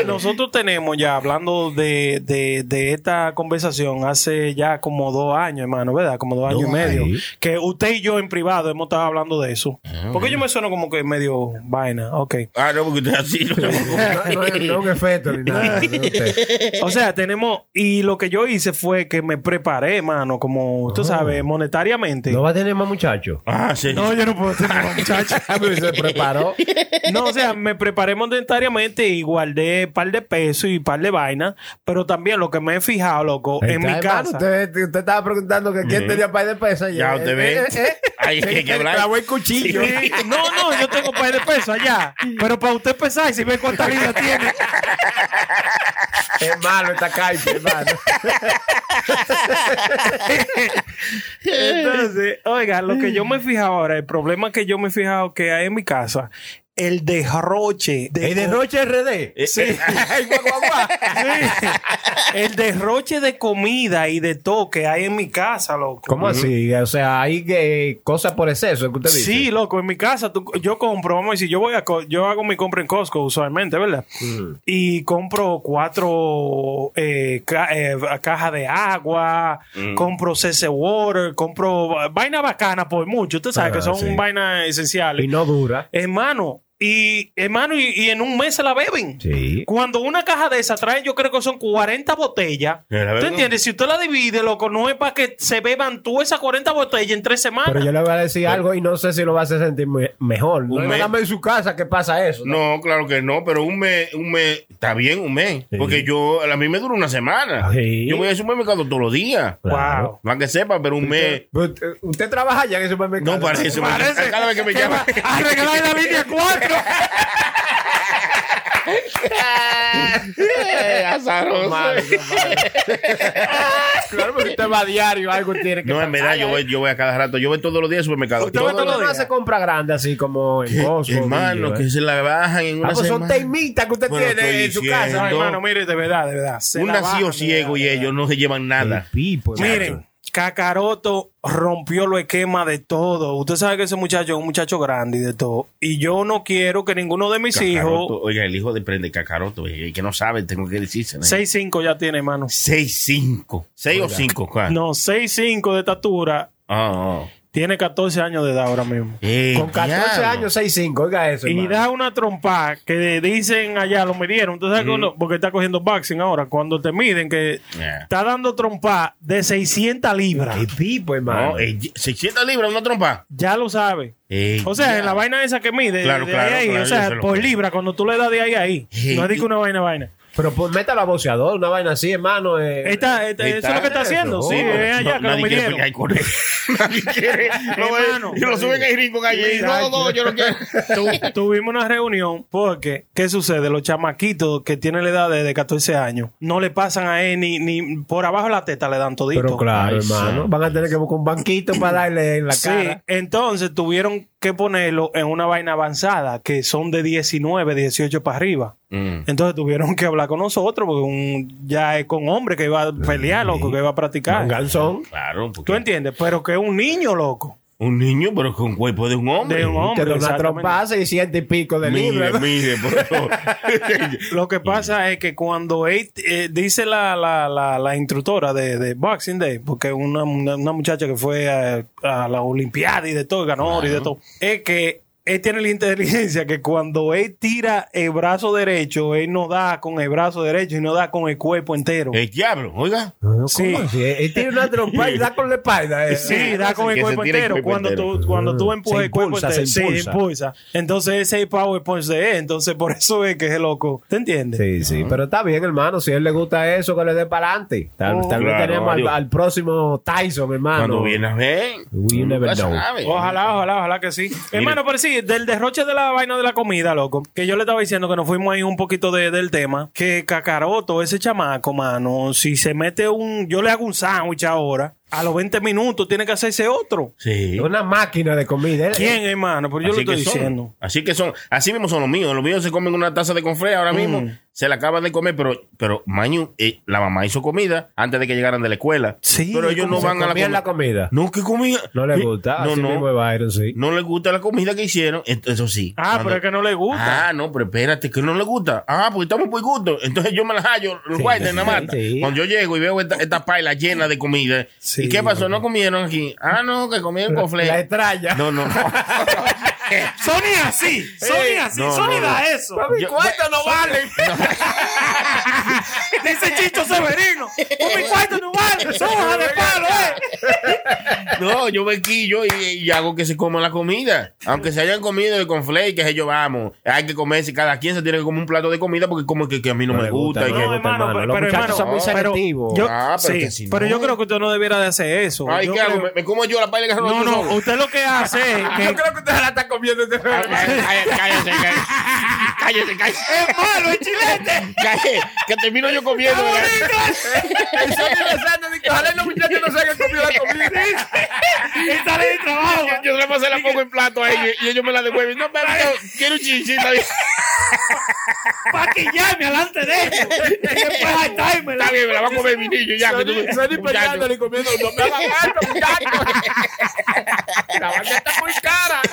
C: Nosotros tenemos ya, hablando de, de, de esta conversación, hace ya como dos años, hermano, ¿verdad? Como dos años y medio. Que usted y yo en privado hemos estado hablando de eso. Porque yo me sueno como que medio vaina. Ok.
E: Ah, no, porque usted es así. no,
G: No, no, hay- no hay un efecto ni nada. no usted.
C: O sea, tenemos. Y lo que yo hice fue que me preparé, hermano, como tú sabes, monetariamente.
G: ¿No va a tener más muchachos?
E: Ah, sí.
C: No, yo no puedo tener más, muchacho.
G: se preparó.
C: No, o sea, me preparé monetariamente y guardé par de pesos y par de vainas, pero también lo que me he fijado, loco, en mi
G: Hermano,
C: casa.
G: Usted, usted estaba preguntando que quién tenía par de pesos. y-
E: Mm. Ya usted ve.
G: eh, eh, eh.
E: Ahí hay que hablar.
G: Clavó el cuchillo.
C: Sí, No, no, yo tengo par de pesos allá, pero para usted pesar y si ve cuánta vida tiene.
G: Es malo esta calle, hermano.
C: Entonces, oiga, lo que yo me he fijado ahora, el problema que yo me he fijado que hay en mi casa el derroche. de-
G: El derroche RD.
E: Eh,
C: Sí.
E: ah,
C: Sí. El derroche de comida y de toque hay en mi casa, loco.
E: Mm.
G: ¿Cómo así? O sea, hay que- cosas por exceso que usted dice.
C: Sí, loco, en mi casa tú- yo compro, vamos a decir, yo voy a co- yo hago mi compra en Costco usualmente, ¿verdad?
G: Mm.
C: Y compro cuatro eh, ca- eh, cajas de agua,
G: Mm.
C: compro CC Water, compro va- vaina bacana por mucho. Usted sabe
G: Ah,
C: que son
G: sí.
C: vainas esenciales.
G: Y no dura.
C: Hermano, y hermano, y, y en un mes se la beben.
G: Sí.
C: Cuando una caja de esa trae, yo creo que son 40 botellas.
E: Mira, la
C: ¿Tú
E: verdad.
C: entiendes? Si usted la divide, loco, no es para que se beban tú esas 40 botellas en tres semanas.
G: Pero yo le voy a decir algo y no sé si lo va a hacer sentir me- mejor. No
E: Un
G: me
E: mes.
G: dame en su casa que pasa eso.
E: No, claro que no, pero un mes, un mes, está bien un mes.
G: Sí.
E: Porque yo, a mí me dura una semana.
G: Sí.
E: Yo voy al supermercado todos los días.
C: Wow.
E: Más que sepa, pero un mes.
G: Pero usted- Usted trabaja ya en el supermercado.
E: No parece,
C: Parece
E: cada vez que me
C: que
E: llama.
C: va a Arreglar la línea 4.
E: Eh, azaroso.
G: Madre, claro, porque usted va a diario, algo tiene que
E: No, en verdad, yo voy, yo voy a cada rato. Yo voy todos los días al supermercado.
G: Usted va
E: Todos
G: todo
E: los-
G: no hace compra grande así como en
C: Pues,
G: Costco.
E: Hermano,
G: Billy,
E: que
G: ¿eh?
E: se la bajan en
G: Ah,
E: una
G: pues son
E: semana.
G: temitas que usted
E: Bueno,
G: tiene
E: estoy
G: en su
E: diciendo.
G: casa.
E: No.
C: Hermano, mire, de verdad, de verdad. se
E: Un
C: la bajan, ¿eh?
E: nacido
C: de
E: ciego
C: verdad,
E: y
C: de
E: ellos no se llevan nada.
G: Pipo,
C: verdad. Miren, Cacaroto rompió los esquemas de todo. Usted sabe que ese muchacho es un muchacho grande y de todo. Y yo no quiero que ninguno de mis
E: Cacaroto.
C: hijos.
E: Oiga, el hijo de prende cacaroto. oye, El que no sabe, tengo que decirse.
C: 6'5 ya tiene, hermano.
E: 6-5. 6 o 5, ¿cuál?
C: No, 6'5 de estatura.
E: Ah, ah.
C: Tiene 14 años de edad ahora mismo.
E: Eh,
G: Con 14
E: diablo.
G: años, 6'5, oiga eso.
C: Y
G: hermano.
C: da una trompa que dicen allá, lo midieron. Entonces,
E: Mm.
C: ¿sabes cuando- porque está cogiendo boxing ahora. Cuando te miden que
E: Yeah.
C: está dando trompa de 600 libras.
G: Ay, Pipo, hermano.
E: No, eh, 600 libras, una trompa.
C: Ya lo sabe.
E: Eh,
C: O sea,
E: ya.
C: en la vaina esa que mide,
E: Claro,
C: de
E: claro,
C: ahí a ahí,
E: claro,
C: o
E: yo
C: sea,
E: sé lo
C: por
E: que es.
C: libra, cuando tú le das de ahí a ahí. No es de que una vaina, vaina.
G: Pero pues métalo a boceador, una vaina así, hermano. eh.
E: Este
C: Esta- esta-
E: ahí
C: eso es lo que está haciendo.
G: eso,
C: sí,
E: pero
C: es allá que
E: no,
C: lo
E: nadie quiere
C: midieron.
E: pelear con él. nadie quiere. No,
C: Hermano.
E: eh, y lo suben ahí rico calle. No, no, yo no quiero.
C: Tu- tuvimos una reunión porque, ¿qué sucede? Los chamaquitos que tienen la edad de, de 14 años no le pasan a él ni, ni por abajo de la teta le dan todito.
G: Pero claro,
E: Ay,
G: hermano.
E: sí.
G: Van a tener que buscar un banquito para darle en la
C: Sí,
G: cara.
C: entonces tuvieron que ponerlo en una vaina avanzada que son de 19, 18 para arriba.
E: Mm.
C: Entonces tuvieron que hablar con nosotros porque un, ya es con hombre que iba a pelear, loco, que iba a practicar.
G: Manganzón.
E: Claro,
C: ¿Tú
E: porque
C: entiendes? Pero que es un niño, loco.
E: un niño, pero con cuerpo de un hombre.
C: De un hombre.
G: Que da una
C: exactamente.
G: trompa 600 y pico de
E: Mire,
G: libras.
E: mire, por favor.
C: Lo que pasa es que cuando él, eh, dice la, la, la, la instructora de, de Boxing Day, porque una, una, una muchacha que fue a, a la Olimpiada y de todo, ganó oro y de todo, es que él tiene la inteligencia que cuando él tira el brazo derecho, él no da con el brazo derecho y no da con el cuerpo entero.
E: El diablo, oiga.
C: Sí.
G: ¿Cómo así? Él tiene una trompa y da con la espalda. eh.
C: Sí, da con el
E: Que se
C: cuerpo
E: tira el
C: entero.
E: cuerpo
C: cuando,
E: entero.
C: Tú, cuando tú empujas
G: Se
C: el cuerpo
G: impulsa, se
C: entero, sí,
G: impulsa.
C: impulsa. Entonces ese es el PowerPoint de él. Entonces por eso es que es loco. ¿Te entiendes?
G: Sí, sí, pero está bien, hermano. Si a él le gusta eso, que le dé para adelante. Tal,
E: Oh,
G: tal vez
E: claro,
G: tenemos al,
E: adiós.
G: al próximo Tyson, hermano.
E: Cuando viene a ver.
G: We never
E: nunca
G: know.
E: sabe.
C: Ojalá, ojalá, ojalá que sí. Hermano, pero sí, del derroche de la vaina de la comida, loco. Que yo le estaba diciendo que nos fuimos ahí un poquito de- del tema. Que Cacaroto, ese chamaco, mano, si se mete un. Yo le hago un sándwich ahora. A los 20 minutos tiene que hacerse otro.
E: Sí.
G: Una máquina de comida. Él-
C: ¿Quién, hermano? Pero yo
E: Así
C: lo
E: que
C: estoy
E: son.
C: diciendo.
E: Así que son, así mismo son los míos. Los míos se comen una taza de confrea ahora mismo,
C: Mm.
E: se la acaban de comer, pero, pero Mañu, eh, la mamá hizo comida antes de que llegaran de la escuela.
C: Sí,
E: pero ellos
G: ¿cómo
E: no
G: se
E: van a la,
G: comían la comida?
E: No, ¿qué comida?
G: No le
E: Sí,
G: gusta.
E: No,
G: Así mismo
E: no.
G: es Byron, sí.
E: No le gusta la comida que hicieron, ent- eso sí.
C: Ah,
E: Cuando-
C: pero es que no le gusta.
E: Ah, no, pero espérate, que no le gusta. Ah, porque estamos muy gusto. Entonces yo me la hallo, los
G: Sí,
E: guardias nada más.
G: sí.
E: Cuando yo llego y veo esta, esta paila llena de comida.
C: Sí.
E: ¿Y qué pasó? ¿No comieron aquí? Ah, no, que comieron confle.
G: La estrella. Eh,
E: No, no, no.
C: Sony así, Sony así,
E: Eh, no,
C: Sony
E: no,
C: da
E: no.
C: eso.
E: Yo-
C: cuarto no vale. Dice Chicho Severino, "Por
E: Eh,
C: mi cuarto no vale, soja de palo, eh.
E: No, yo me quillo y, y hago que se coma la comida. Aunque se hayan comido el conflate, que ellos vamos. Hay que comerse, cada quien se tiene que comer un plato de comida porque como que, que a mí no, me gusta. y
G: no
E: que-
G: le
C: hermano,
G: hermano.
C: pero-
G: Los
C: pero,
G: muchachos son muy
C: hermano, pero
G: selectivos.
C: Yo,
E: Ah, pero
C: sí,
E: que si
C: pero
E: no.
C: yo creo que usted no debiera de hacer eso.
E: Ay,
C: Yo
E: ¿qué hago?
C: creo-
E: ¿Me, me como yo la paila que se
C: No,
E: yo
C: no,
E: solo?
C: usted lo que hace es que...
G: usted la está comiendo. este
E: Ah, Cállate, cállate, cállate. Cállate, cállate. Es malo, es chilete. Cállate, que termino yo comiendo. ¿verdad?
G: Eso es interesante,
L: Ojalá los muchachos no se hayan comido la comida.
D: y sale de trabajo. Yo, yo le pasé la pongo en plato a ellos y ellos me la devuelven. No, pero yo quiero un chinchita.
L: Para que llame adelante de ellos. Después al timer.
D: Está bien, me la va a comer mi niño ya. que tú-
L: Salí- salí
D: muchacho.
L: peleando ni comiendo. No me hagan alto, muchachos. La vaca está muy cara.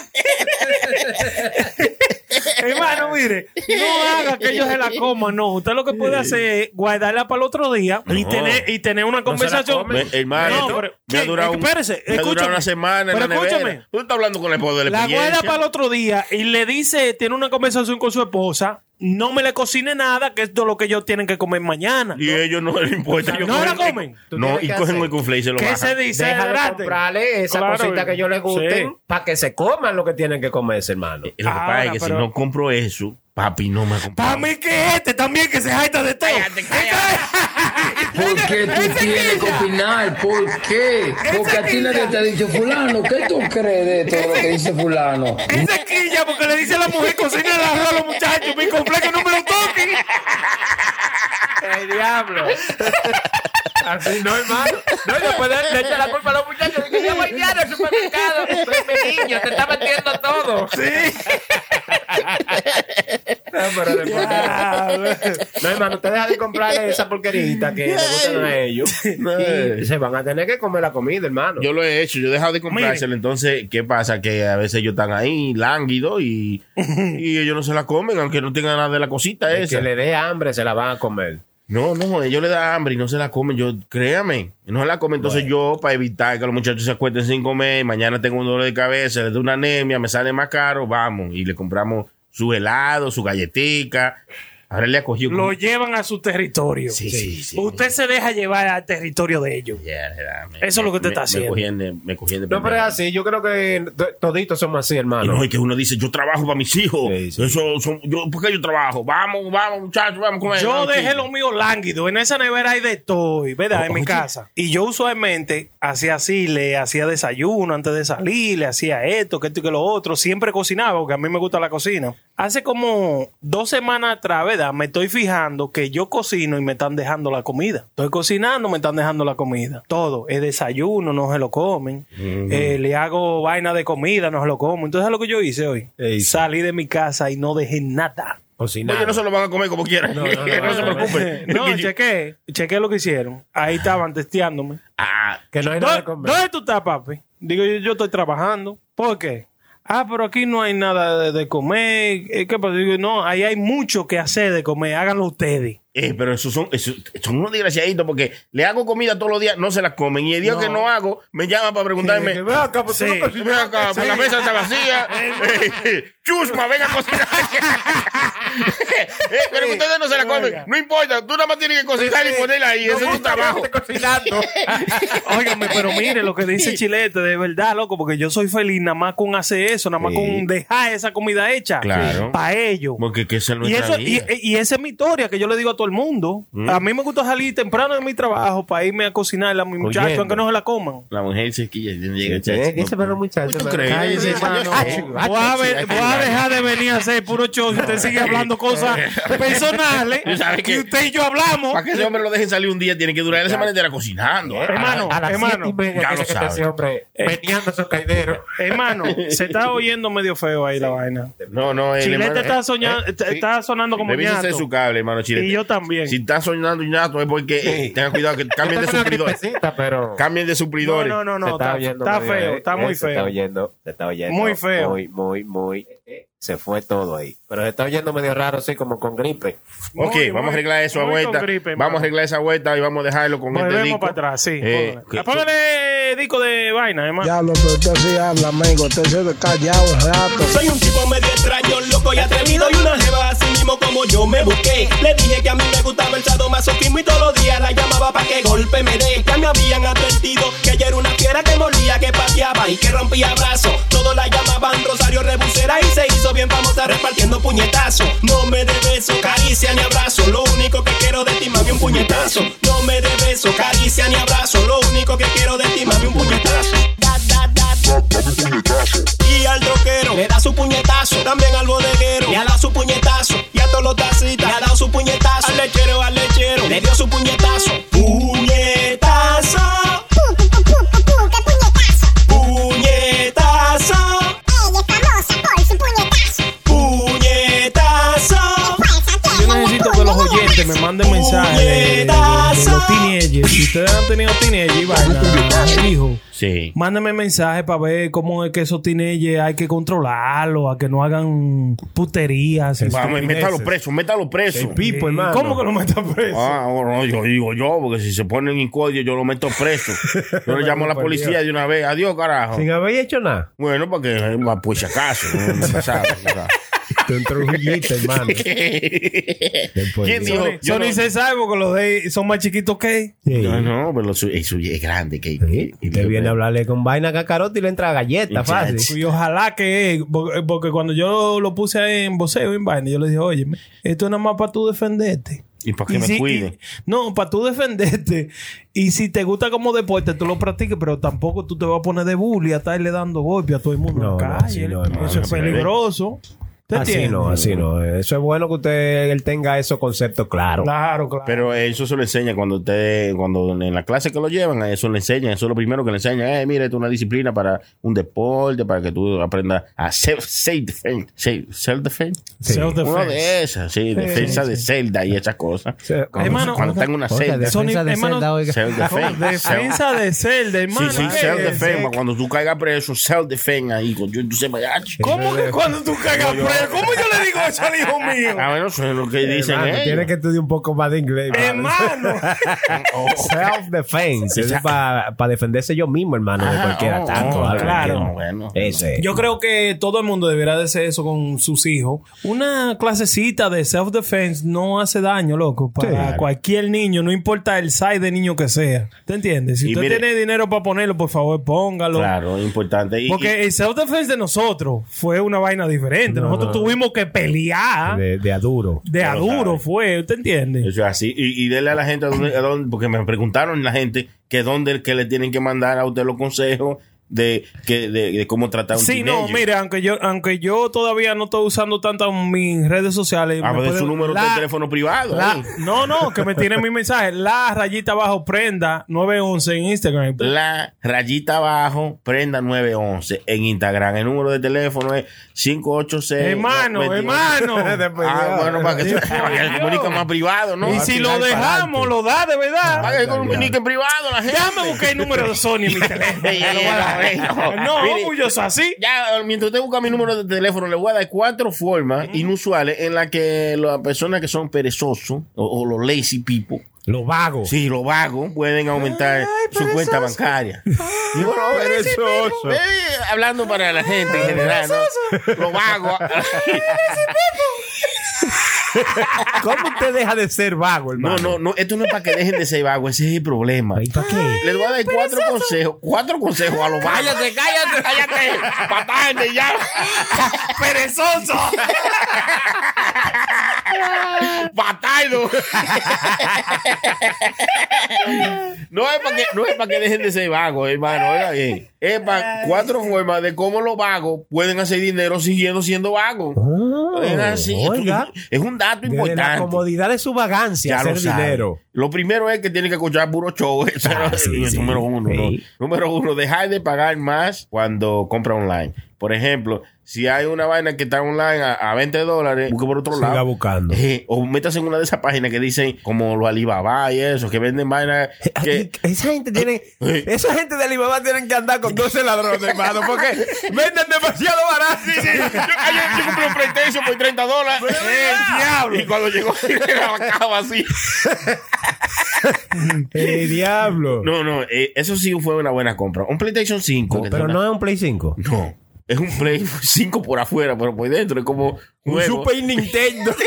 C: Hermano, mire, no haga que ellos se la coman, no. Usted lo que puede hacer es guardarla para el otro día y,
E: No.
C: tener, y tener una conversación.
E: Me- hermano,
C: No, pero-
E: me ha durado, un-
C: Espérese,
E: me ha durado
C: escúchame.
E: una semana. en
C: Pero
E: la nevera.
C: escúchame.
E: Tú estás hablando con el poder de la
C: La guarda
E: experiencia.
C: para el otro día y le dice, tiene una conversación con su esposa, no me le cocine nada, que esto es lo que ellos tienen que comer mañana.
E: Y ellos no les importa. ellos
C: no la
E: comen-
C: comen.
E: No, y cogen el confle y se lo
C: ¿Qué
E: bajan.
C: se dice?
G: Déjalo
C: Gratis.
G: comprarle esa
C: Claro,
G: cosita que yo les guste
C: sí.
G: para que se coman lo que tienen que comerse, hermano.
E: Lo que pasa es que si no compro eso, papi no me ha comprado.
C: Para mí que es este también que se jaita de todo.
M: ¿Por qué tú tienes que opinar? ¿Por qué? Porque a ti nadie te ha dicho, fulano, ¿qué tú crees de todo lo que dice fulano?
L: Esa quilla porque le dice a la mujer cocina el arroz a los muchachos. Me compré que no me lo toquen. El diablo. Así no, hermano. No, y después le, le echa la culpa a los muchachos. Dice, yo voy diario al supermercado. Pero mi niño, te está metiendo todo. Sí.
G: No, pero después- No, hermano, usted deja de comprarle esa porquerita que le gustan a ellos. Y se van a tener que comer la comida, hermano.
E: Yo lo he hecho, yo he dejado de comprárselo. Entonces, ¿qué pasa? Que a veces ellos están ahí lánguidos y, y ellos no se la comen, aunque no tengan nada de la cosita
G: El
E: esa.
G: que le dé hambre se la van a comer.
E: No, no, ellos le dan hambre y no se la comen. Yo, créame, no se la comen. Entonces yo, para evitar que los muchachos se acuesten sin comer, mañana tengo un dolor de cabeza, les doy una anemia, me sale más caro, vamos. Y le compramos su helado, su galletica. Ahora le ha cogido...
C: Lo
E: como-
C: llevan a su territorio.
E: Sí, sí, sí.
C: Usted se deja llevar al territorio de ellos. Eso es lo que usted
E: me-
C: está haciendo.
E: Me cogían de- me cogían de
G: No, pero es así. Yo creo que to- toditos somos así, hermano.
E: No, y que uno dice, yo trabajo para mis hijos. Eso son, yo, ¿Por qué yo trabajo? Vamos, vamos, muchachos, vamos a comer.
C: Yo
E: Vamos,
C: dejé
E: chicos.
C: lo mío lánguido. En esa nevera hay de todo, ¿verdad? En mi casa. Y yo usualmente hacía así, le hacía desayuno antes de salir, le hacía esto, que esto y que lo otro. Siempre cocinaba, porque a mí me gusta la cocina. Hace como dos semanas atrás, ¿verdad? Me estoy fijando que yo cocino y me están dejando la comida. Estoy cocinando, me están dejando la comida. Todo. Es desayuno, no se lo comen. Eh, le hago vaina de comida, no se lo comen. Entonces, es lo que yo hice hoy. Salí de mi casa y no dejé nada.
G: Ah.
E: Oye, no se lo van a comer como quieran. No, se preocupen.
C: No, chequé, chequé lo que hicieron. Ahí estaban testeándome.
E: Ah,
G: que no hay
C: ¿Dó- ¿Dónde tú estás, papi? Digo, yo, yo estoy trabajando. ¿Por qué? Ah, pero aquí no hay nada de, de comer. Eh, ¿Qué pasa? Digo, no, ahí hay mucho que hacer de comer. Háganlo ustedes.
E: Eh, pero esos son, esos son unos desgraciaditos porque le hago comida todos los días, no se las comen. Y el día
C: No.
E: que no hago, me llaman para preguntarme.
C: Sí,
E: Sí,
C: ven acá, pues, tú no cocinas.
E: ven acá, pues, la
C: Sí.
E: mesa está vacía. Eh, Chusma, venga a cocinar. Eh, pero que ustedes no se la comen. No importa, tú nada más tienes que cocinar y ponerla ahí. Ese es tu trabajo.
G: cocinando.
C: Óigame, pero mire lo que dice Chilete, de verdad, loco, porque yo soy feliz nada más con hacer eso, nada más
E: Sí.
C: con dejar esa comida hecha
E: Claro.
C: para ellos.
E: Porque que esa es
C: Y,
E: nuestra
C: eso, y,
E: vida.
C: y esa es mi historia que yo le digo a todo el mundo.
E: Mm.
C: A mí me gusta salir temprano de mi trabajo para irme a cocinar a mis muchachos,
E: Oyendo.
C: aunque no se la coman.
E: La mujer se quilla y no llega el
G: ¿Qué
E: chacho.
G: se pero muchachos?
E: ¿Tú crees?
G: Cállese, hermano.
E: Ah,
C: ah, Voy a, ver- voy a dejar de venir a hacer puro show. si Usted sigue hablando cosas personales.
E: Tú sabes
C: Y
E: que-
C: usted y yo hablamos.
E: Para que ese hombre lo deje salir un día, tiene que durar la semana entera cocinando.
C: Hermano,
E: Ah,
C: hermano,
E: ya lo sabes.
G: hombre meneando esos caideros.
C: hermano, se está oyendo medio feo ahí la vaina.
E: No, no, el
C: Chilete
E: hermano-
C: está,
E: eh,
C: soñando,
E: eh, sí.
C: está sonando como
E: Revísese
C: ñato.
E: su cable, hermano Chilete.
C: Y yo también.
E: Si está soñando ñato es porque eh, tenga cuidado que cambien de suplidor.
G: pero...
E: Cambien de suplidor.
C: No, no, no, no,
G: Se
C: está-
G: oyendo
C: está
G: medio,
C: feo,
G: eh,
C: está muy
G: Se
C: feo.
G: está oyendo, se está oyendo.
C: Muy feo.
G: Muy, muy, muy. Se fue todo ahí. Pero se está oyendo medio raro, así como con gripe.
E: Ok,
C: Muy,
E: vamos a
C: muy-
E: arreglar eso a
C: muy con
E: vuelta.
C: gripe, hermano.
E: vamos a arreglar esa vuelta y vamos a dejarlo con este
C: Volvemos
E: disco.
C: para atrás, sí.
E: Eh,
C: póngale. Póngale disco de vaina, hermano.
K: Ya lo que usted sí habla, amigo. Usted se ve callado un rato.
N: Soy un tipo medio extraño, loco y atrevido Y una jeva así mismo como yo me busqué Le dije que a mí me gustaba el sadomasoquismo Y todos los días la llamaba pa' que golpe me dé Ya me habían advertido que ella era una fiera Que molía, que pateaba y que rompía brazos Todos la llamaban Rosario Rebusera Y se hizo bien famosa repartiendo puñetazos No me dé beso, caricia ni abrazo Lo único que quiero de ti, mami, un puñetazo No me dé beso, caricia ni abrazo Lo único que quiero de ti, mami, un puñetazo Da, da, da, y al troquero le da su puñetazo. También al bodeguero le ha dado su puñetazo. Y a todos los tacitas le ha dado su puñetazo. Al lechero, al lechero le dio su puñetazo. Puñetazo.
C: ustedes han tenido teenager y vaina, hijo,
E: Sí.
C: Mándame mensaje para ver cómo es que esos teenagers hay que controlarlo, a que no hagan puterías.
E: Vamos, métalo preso, métalo preso.
C: El pipo, hermano. ¿Cómo que lo metas preso?
E: Ah, bueno, yo digo yo, porque si se ponen en código, yo lo meto preso. Yo le llamo a la
C: Por
E: policía
C: Dios.
E: de una vez. Adiós, carajo.
G: Sin haber hecho nada.
E: Bueno, porque eh, va, pues si acaso. no, no se sabe, no se sabe.
G: Te entró un juguito, hermano.
E: ¿Quién dijo?
C: Sony,
E: Yo
C: Sony
E: no-
C: se sabe porque los de ellos son más chiquitos que él.
E: No, no, pero lo suyo, el suyo es grande. Que, y-
G: Usted viene a hablarle con vaina cacarote y le entra galleta fácil.
C: Y ojalá que él, porque porque cuando yo lo puse ahí en voceo, en vaina, yo le dije, oye, esto es nada más para tú defenderte.
E: Y para que me
C: si-
E: cuide.
C: y- no, para tú defenderte. Y si te gusta como deporte, tú lo practiques, pero tampoco tú te vas a poner de bully a estarle dando golpe a todo el mundo
G: No,
C: en
G: no,
C: la
G: así
C: calle.
G: no, hermano,
C: Eso es
G: no, hombre.
C: peligroso. ¿Te
G: Así
C: entiendes?
G: no, así no. Eso es bueno que usted él tenga esos conceptos claros.
C: Claro, claro.
E: Pero eso se lo enseña cuando usted, cuando en la clase que lo llevan, a eso le enseñan, eso es lo primero que le enseñan. Eh, mira, esto es una disciplina para un deporte, para que tú aprendas a self- self-defense. Self- Self-defense.
C: Self-defense.
E: Una de esas, sí,
C: Sí,
E: defensa
C: sí,
E: de
C: sí.
E: celda y esas cosas. Cuando,
C: Hermano,
E: cuando está en una
C: oiga,
E: celda.
C: Sony, hermano,
E: Self-defense.
C: defensa de celda, hermano. eh,
E: Sí, sí,
C: ¿qué es?
E: self-defense. Cuando tú caigas preso, self-defense ahí. con- Yo, tú sepas, ah, chico.
C: ¿Cómo que cuando tú cagas
E: Yo-
C: preso? ¿Cómo yo le digo eso al hijo mío?
E: Ah, bueno, eso es lo que dicen
G: Hermano,
E: ellos.
G: tiene que estudiar un poco más de inglés.
C: Hermano.
G: Oh, Self-defense. Eso es para defenderse yo mismo, hermano, de
C: Ah,
G: cualquier
C: oh,
G: ataque. o
C: oh,
G: algo.
C: claro.
E: Bueno.
G: Ese.
E: Eh,
C: Yo creo que todo el mundo debería de hacer eso con sus hijos. Una clasecita de self-defense no hace daño, loco. Para
E: Claro.
C: cualquier niño, no importa el size de niño que sea. ¿Te entiendes? Si
E: Y
C: usted
E: mire-
C: tiene dinero para ponerlo, por favor, póngalo.
E: Claro, es importante. Y- y-
C: Porque el self-defense de nosotros fue una vaina diferente. nosotros tuvimos que pelear de,
G: De, de aduro.
C: a duro, fue. ¿Usted entiende?
E: Eso es así. Y, y dele a la gente a dónde, a dónde- porque me preguntaron la gente que dónde que le tienen que mandar a usted los consejos de, que, de, de cómo tratar a un
C: Sí, no,
E: teenager.
C: mire, aunque yo, aunque yo todavía no estoy usando tantas mis redes sociales.
E: Ah,
C: me
E: pues de
C: pueden-
E: su número
C: La-
E: de teléfono privado.
C: La-
E: ahí.
C: no, no, que me tiene mi mensaje. La rayita abajo prenda 911 en Instagram.
E: La rayita abajo, prenda 911 en Instagram. El número de teléfono es 586.
C: Hermano,
E: 21.
C: hermano.
E: Ah, bueno, para que se para que se comuniquen más privado, ¿no?
C: y si lo dejamos, lo da de verdad.
E: Para que se comuniquen privado la gente.
C: Déjame buscar el número de Sony en mi teléfono. Ya lo voy a dar. No,
E: Mire,
C: orgulloso así.
E: Ya, mientras usted busca mi número de teléfono, le voy a dar cuatro formas inusuales en las que las personas que son perezosos o, o los lazy people.
G: Los
L: Oh.
G: vagos.
E: Sí, los vagos pueden aumentar su cuenta bancaria. Y bueno,
G: lazy people.
E: eh, hablando para la gente en general, ¿no? Los vagos.
G: ¿Cómo usted deja de ser vago,
E: No, no,
G: hermano?
E: no, esto no es para que dejen de ser vagos, ese es el problema.
G: ¿Para qué?
E: Les voy a dar cuatro consejos, cuatro consejos a los vagos.
L: Cállate, cállate, cállate.
E: Patante ya.
L: Perezoso.
E: Batardo. No es para que, no es para que dejen de ser vagos, hermano. Oiga bien. Es para cuatro formas de cómo los vagos pueden hacer dinero siguiendo siendo vagos. es así.
G: Oh, oiga.
E: Es un dato
G: Desde la
E: importante.
G: comodidad de su vagancia,
E: Ya lo
G: hacer
E: sabe.
G: dinero.
E: Lo primero es que tiene que escuchar puro show. Eso
G: Ah,
E: es
G: sí,
E: el
G: sí.
E: número uno. ¿no?
G: Sí.
E: Número uno, dejar de pagar más cuando compra online. Por ejemplo, si hay una vaina que está online a, a 20 dólares, busque por otro
G: Siga
E: lado.
G: buscando.
E: Eh, o métase en una de esas páginas que dicen como los Alibaba y eso, que venden vainas que...
G: Esa gente tiene. Esa gente de Alibaba tienen que andar con 12 ladrones, hermano, porque venden demasiado barato.
E: Ayer yo compré un PlayStation por 30 dólares. ¡El diablo! Y cuando llegó, la cava así.
G: El diablo.
E: No, no, eh, eso sí fue una buena compra. Un PlayStation 5. que
G: Pero
E: suena-
G: no es un Play 5.
E: No. Es un Play 5 por afuera, pero por dentro es como
G: Un
E: juego.
G: Super Nintendo.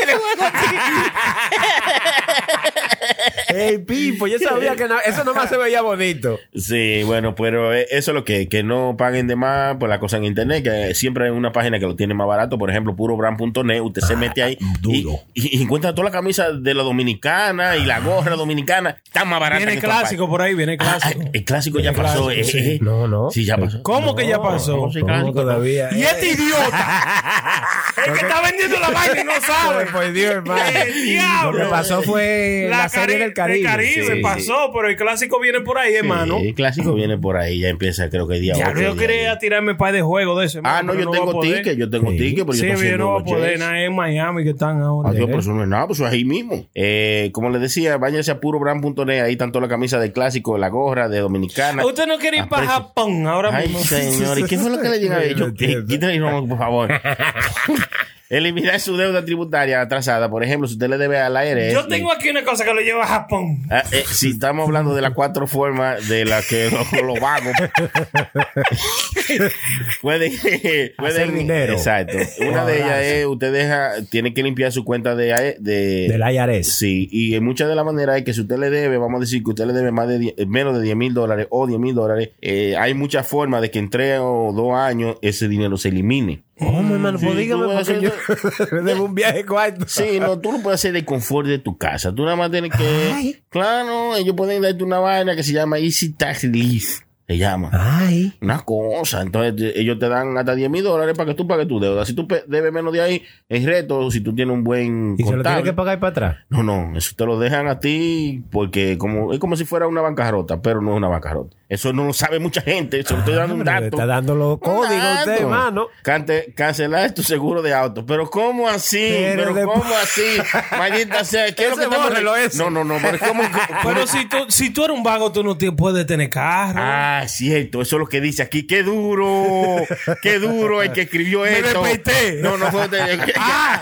G: El Pipo, yo sabía que no- eso nomás se veía bonito.
E: Sí, bueno, pero eh, eso es lo que que no paguen de más por la cosa en internet, que eh, siempre hay una página que lo tiene más barato, por ejemplo, purobrand.net, usted
G: Ah,
E: se mete ahí y, y- y encuentra toda la camisa de la dominicana y la gorra dominicana, está más barata.
C: Viene
E: que en todas
C: clásico por ahí, viene clásico.
E: partes. El clásico ya pasó. eh,
G: sí.
E: eh, eh.
G: No, no.
E: Sí, ya pasó.
C: ¿Cómo que ya pasó?
E: Sí, clásico.
G: todavía?
C: Y este idiota. El que está vendiendo la vaina y no sabe.
G: Por Pues, Dios, hermano.
C: El diablo.
G: Lo que pasó fue la,
C: La
G: serie
C: cari-
G: del Caribe.
C: El Caribe
E: Sí,
C: pasó, pero el clásico viene por ahí, hermano.
E: Sí, el
G: Mm.
E: clásico viene por ahí, ya empieza creo que día
C: Ya
E: 8,
C: yo
E: día
C: quería tirarme un par de juegos de eso.
E: Ah, no, yo tengo ticket, yo tengo ticket, pero yo
C: sí,
E: estoy
C: yo no voy a
E: haciendo
C: poder,
E: chess.
C: nada en Miami que están ahora. ¿eh?
E: Adiós, pero eso no es nada, pues eso es ahí mismo. Eh, como les decía, váyanse a purobrand.net, ahí están toda la camisa del clásico, la gorra de Dominicana.
C: Usted no quiere ir para
E: Aprecio.
C: Japón ahora
E: Ay,
C: mismo.
E: señor, ¿y qué fue lo que le llegó a ellos? Quítale el romo, por favor. Eliminar su deuda tributaria atrasada. Por ejemplo, si usted le debe al ARS.
C: Yo tengo aquí una cosa que lo llevo a Japón.
E: Ah, eh, si estamos hablando de las cuatro formas de las que los, los vagos pueden, pueden-
G: dinero.
E: Exacto. Una de ellas es usted deja, tiene que limpiar su cuenta de, AE de
G: Del IRS.
E: Sí, y en muchas de las maneras es que si usted le debe, vamos a decir que usted le debe más de die- eh, menos de 10 mil dólares o 10 mil dólares, eh, hay muchas formas de que en tres o dos años ese dinero se elimine.
G: Hombre, hermano, pues dígame
E: tú
G: porque yo le debo un viaje cuarto.
E: Sí, no, tú no puedes hacer de confort de tu casa. Tú nada más tienes que. Claro, ellos pueden darte una vaina que se llama Easy Tax Lease. Se llama.
G: Ah. Ay.
E: Una cosa. Entonces te- ellos te dan hasta 10 mil dólares para que tú pagues tu deuda. Si tú pe- debes menos de ahí, es reto. Si tú tienes un buen.
G: ¿Y se lo tiene
E: contable.
G: que pagar para atrás?
E: No, no, eso te lo dejan a ti porque como es como si fuera una bancarrota, pero no es una bancarrota. Eso no lo sabe mucha gente, eso estoy dando un
G: pero Ah, le
E: dato.
G: está dando los códigos a usted, hermano.
E: Cante- cancelar tu seguro de auto. Pero ¿cómo así? Pero,
G: Pero de-
E: ¿cómo así? Maldita sea, ¿qué es lo que
G: Ese
E: estamos-
G: bórrelo, ese.
E: No, no, no, pero ¿cómo-
C: Pero si tú, si tú eres un vago, tú no te puedes tener carro.
E: Ah, cierto, eso es lo que dice aquí. Qué duro, qué duro el que escribió
C: Me
E: esto.
C: despeité.
E: No, no fue
C: Ah,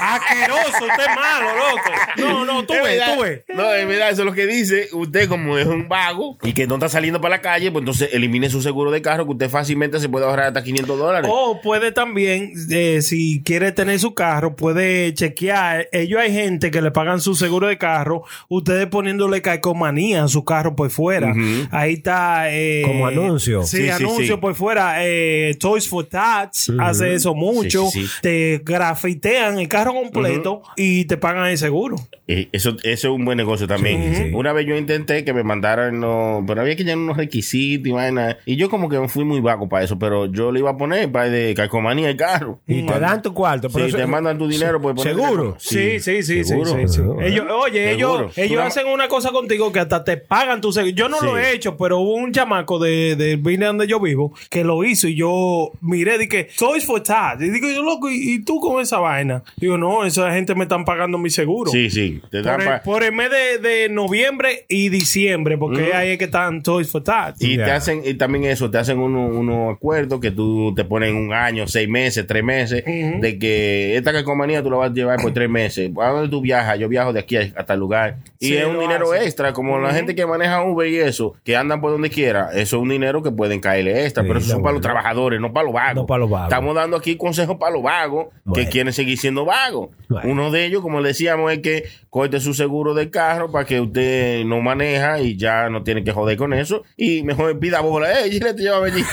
C: asqueroso, usted es malo, loco. No, no, tú
E: Es
C: ves,
E: verdad.
C: tú ves.
E: No, es verdad, eso es lo que dice. Usted, como es un vago y que no está saliendo para la calle, pues entonces elimine su seguro de carro que usted fácilmente se puede ahorrar hasta 500 dólares.
C: O puede también, eh, si quiere tener su carro, puede chequear. Ellos hay gente que le pagan su seguro de carro, ustedes poniéndole calcomanía a su carro por fuera.
G: Ujú.
C: Ahí está. eh,
G: Como anuncio.
C: Sí,
G: Sí, sí,
C: anuncio
G: sí.
C: por fuera. eh, Toys for Tots
G: Ujú.
C: hace eso mucho.
E: Sí, sí, sí.
C: Te grafitean el carro completo y te pagan el seguro.
E: Eh, Eso, eso es un buen negocio también. Una vez yo intenté que me mandaran, los- pero había que llenar unos requisitos y vaina. Y yo como que fui muy vago para eso, pero yo le iba a poner para de calcomanía el carro.
G: Y te dan tu cuarto.
E: Sí, te mandan tu dinero. pues, ponerte
G: ¿Seguro?
E: calcomanía.
C: Sí, sí, sí, sí,
E: seguro.
C: sí, sí. Ellos, oye,
E: Seguro.
C: ellos, ellos
E: Tú la-
C: hacen una cosa contigo que hasta te pagan tu seguro. Yo no
E: Sí.
C: lo he hecho, pero hubo un chamaco de, de Vine donde yo vivo que lo hizo y yo miré, dije, soy for tax". Y digo, yo loco, ¿y, y tú con esa vaina? Digo, no, esa gente me están pagando mi seguro.
E: Sí, sí. Te dan
C: Por el,
E: pa-
C: por el mes de, de noviembre y diciembre, porque
E: Mm.
C: ahí es que están Toys for Tax.
E: Y te hacen, y también eso, te hacen uno- unos acuerdos que tú te ponen un año, seis meses, tres meses, de que esta calcomanía tú la vas a llevar por tres meses. ¿A dónde tú viajas? Yo viajo de aquí a- hasta el lugar. Y
D: Sí,
E: es un
D: lo
E: dinero
D: hacen.
E: extra, como la
D: Ujú.
E: gente que maneja Uber y eso, que andan por donde quiera, eso es un dinero que pueden caerle extra, pero eso son para los trabajadores, no para los vagos.
G: No para los vagos.
E: Estamos dando aquí consejos para los vagos que quieren seguir siendo vagos. Uno de ellos, como le decíamos, es que corte su seguro del carro para que usted no maneja y ya no tiene que joder con eso. Y mejor pida bola. ¡Eh, Gillette, llévame allí!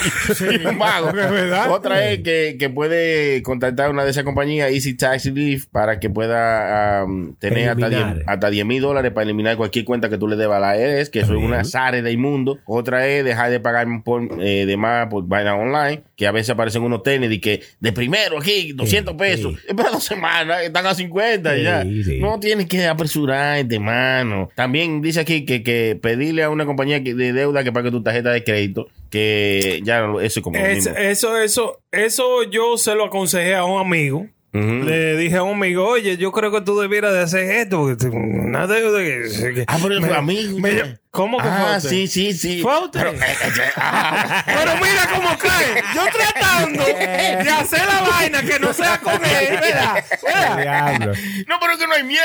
E: Un vago.
C: es verdad.
E: Otra es que, que puede contactar una de esas compañías, Easy Taxi Leaf, para que pueda am, tener hasta
G: Eliminar.
E: 10 hasta 10 mil dólares para eliminar cualquier cuenta que tú le debas a la E ES, que eso es una azar de inmundo. Otra es dejar de pagar por, eh, de más por vaina online, que a veces aparecen unos tenis y que de primero aquí, 200 pesos. Espera dos semanas, están a 50 ya. No tienes que apresurarte, mano. También dice aquí que, que pedirle a una compañía que- de deuda que pague tu tarjeta de crédito, que ya eso es como lo
C: Es- eh,
E: mismo.
C: eso, eso, eso yo se lo aconsejé a un amigo.
E: Ujú.
C: Le dije a un amigo, oye, yo creo que tú debieras de hacer esto, porque tengo una deuda que- que-
E: Ah, pero
C: me-
E: fue a mí.
C: me- ¿Cómo que fue a
E: Ah,
C: usted?
E: sí, sí, sí.
C: Fue a usted.
E: Pero,
L: Pero mira cómo cae. Yo tratando de hacer la vaina que no sea con él, ¿verdad?
E: No, pero es que no hay miedo.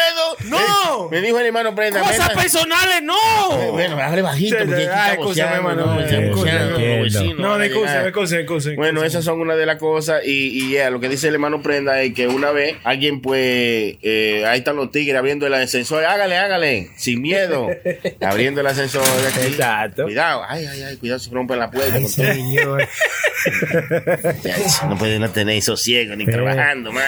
L: No.
E: Me dijo el hermano Prenda.
L: Cosas
E: Prenda-
L: personales,
E: Eh,
L: no.
E: Bueno, abre bajito.
L: Sí,
E: porque
L: sí,
E: aquí
L: ah,
E: está
L: escúchame,
E: boceando,
L: hermano,
E: ¿no?
L: eh,
E: Está boceando
L: entiendo.
E: los vecinos,
C: No,
E: van a
C: discúlpeme,
E: llegar.
C: discúlpeme, discúlpeme.
E: Bueno, esas son una de las cosas. Y, y ya, lo que dice el hermano Prenda es que una vez alguien, pues, eh, ahí están los tigres abriendo el ascensor. Hágale, hágale, sin miedo. Abriendo el ascensor. aquí. Cuidado, ay, ay, ay, cuidado, se rompen la puerta. con todo. No puede no tener sosiego ni
G: Eh.
E: trabajando, mano.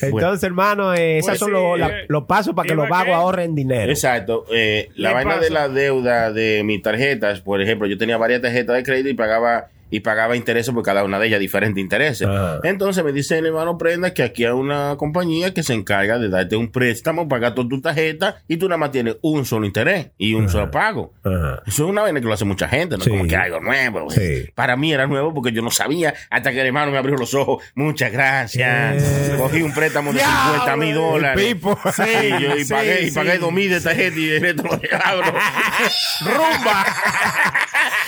G: Entonces, hermano, eh, esos
E: Pues
G: son
E: sí,
G: los, la-
E: eh,
G: los pasos para que los vagos ahorren dinero.
E: Exacto. Eh, la
G: ¿Qué
E: vaina
G: pasa?
E: de la deuda de mis tarjetas, por ejemplo, yo tenía varias tarjetas de crédito y pagaba y pagaba intereses por cada una de ellas, diferentes intereses. Entonces me dice el hermano Prenda que aquí hay una compañía que se encarga de darte un préstamo, pagar toda tu tarjeta y tú nada más tienes un solo interés y un solo pago. Eso es una vaina que lo hace mucha gente, ¿no?
O: Sí.
E: Como que algo nuevo.
O: Sí.
E: Para mí era nuevo porque yo no sabía hasta que el hermano me abrió los ojos. Muchas gracias.
G: Eh.
E: Cogí un préstamo de 50 mil dólares.
L: Pipo.
E: Sí, yo, y
L: Sí,
E: pagué, y
L: sí.
E: pagué dos mil de tarjeta y el resto lo abro.
L: Rumba.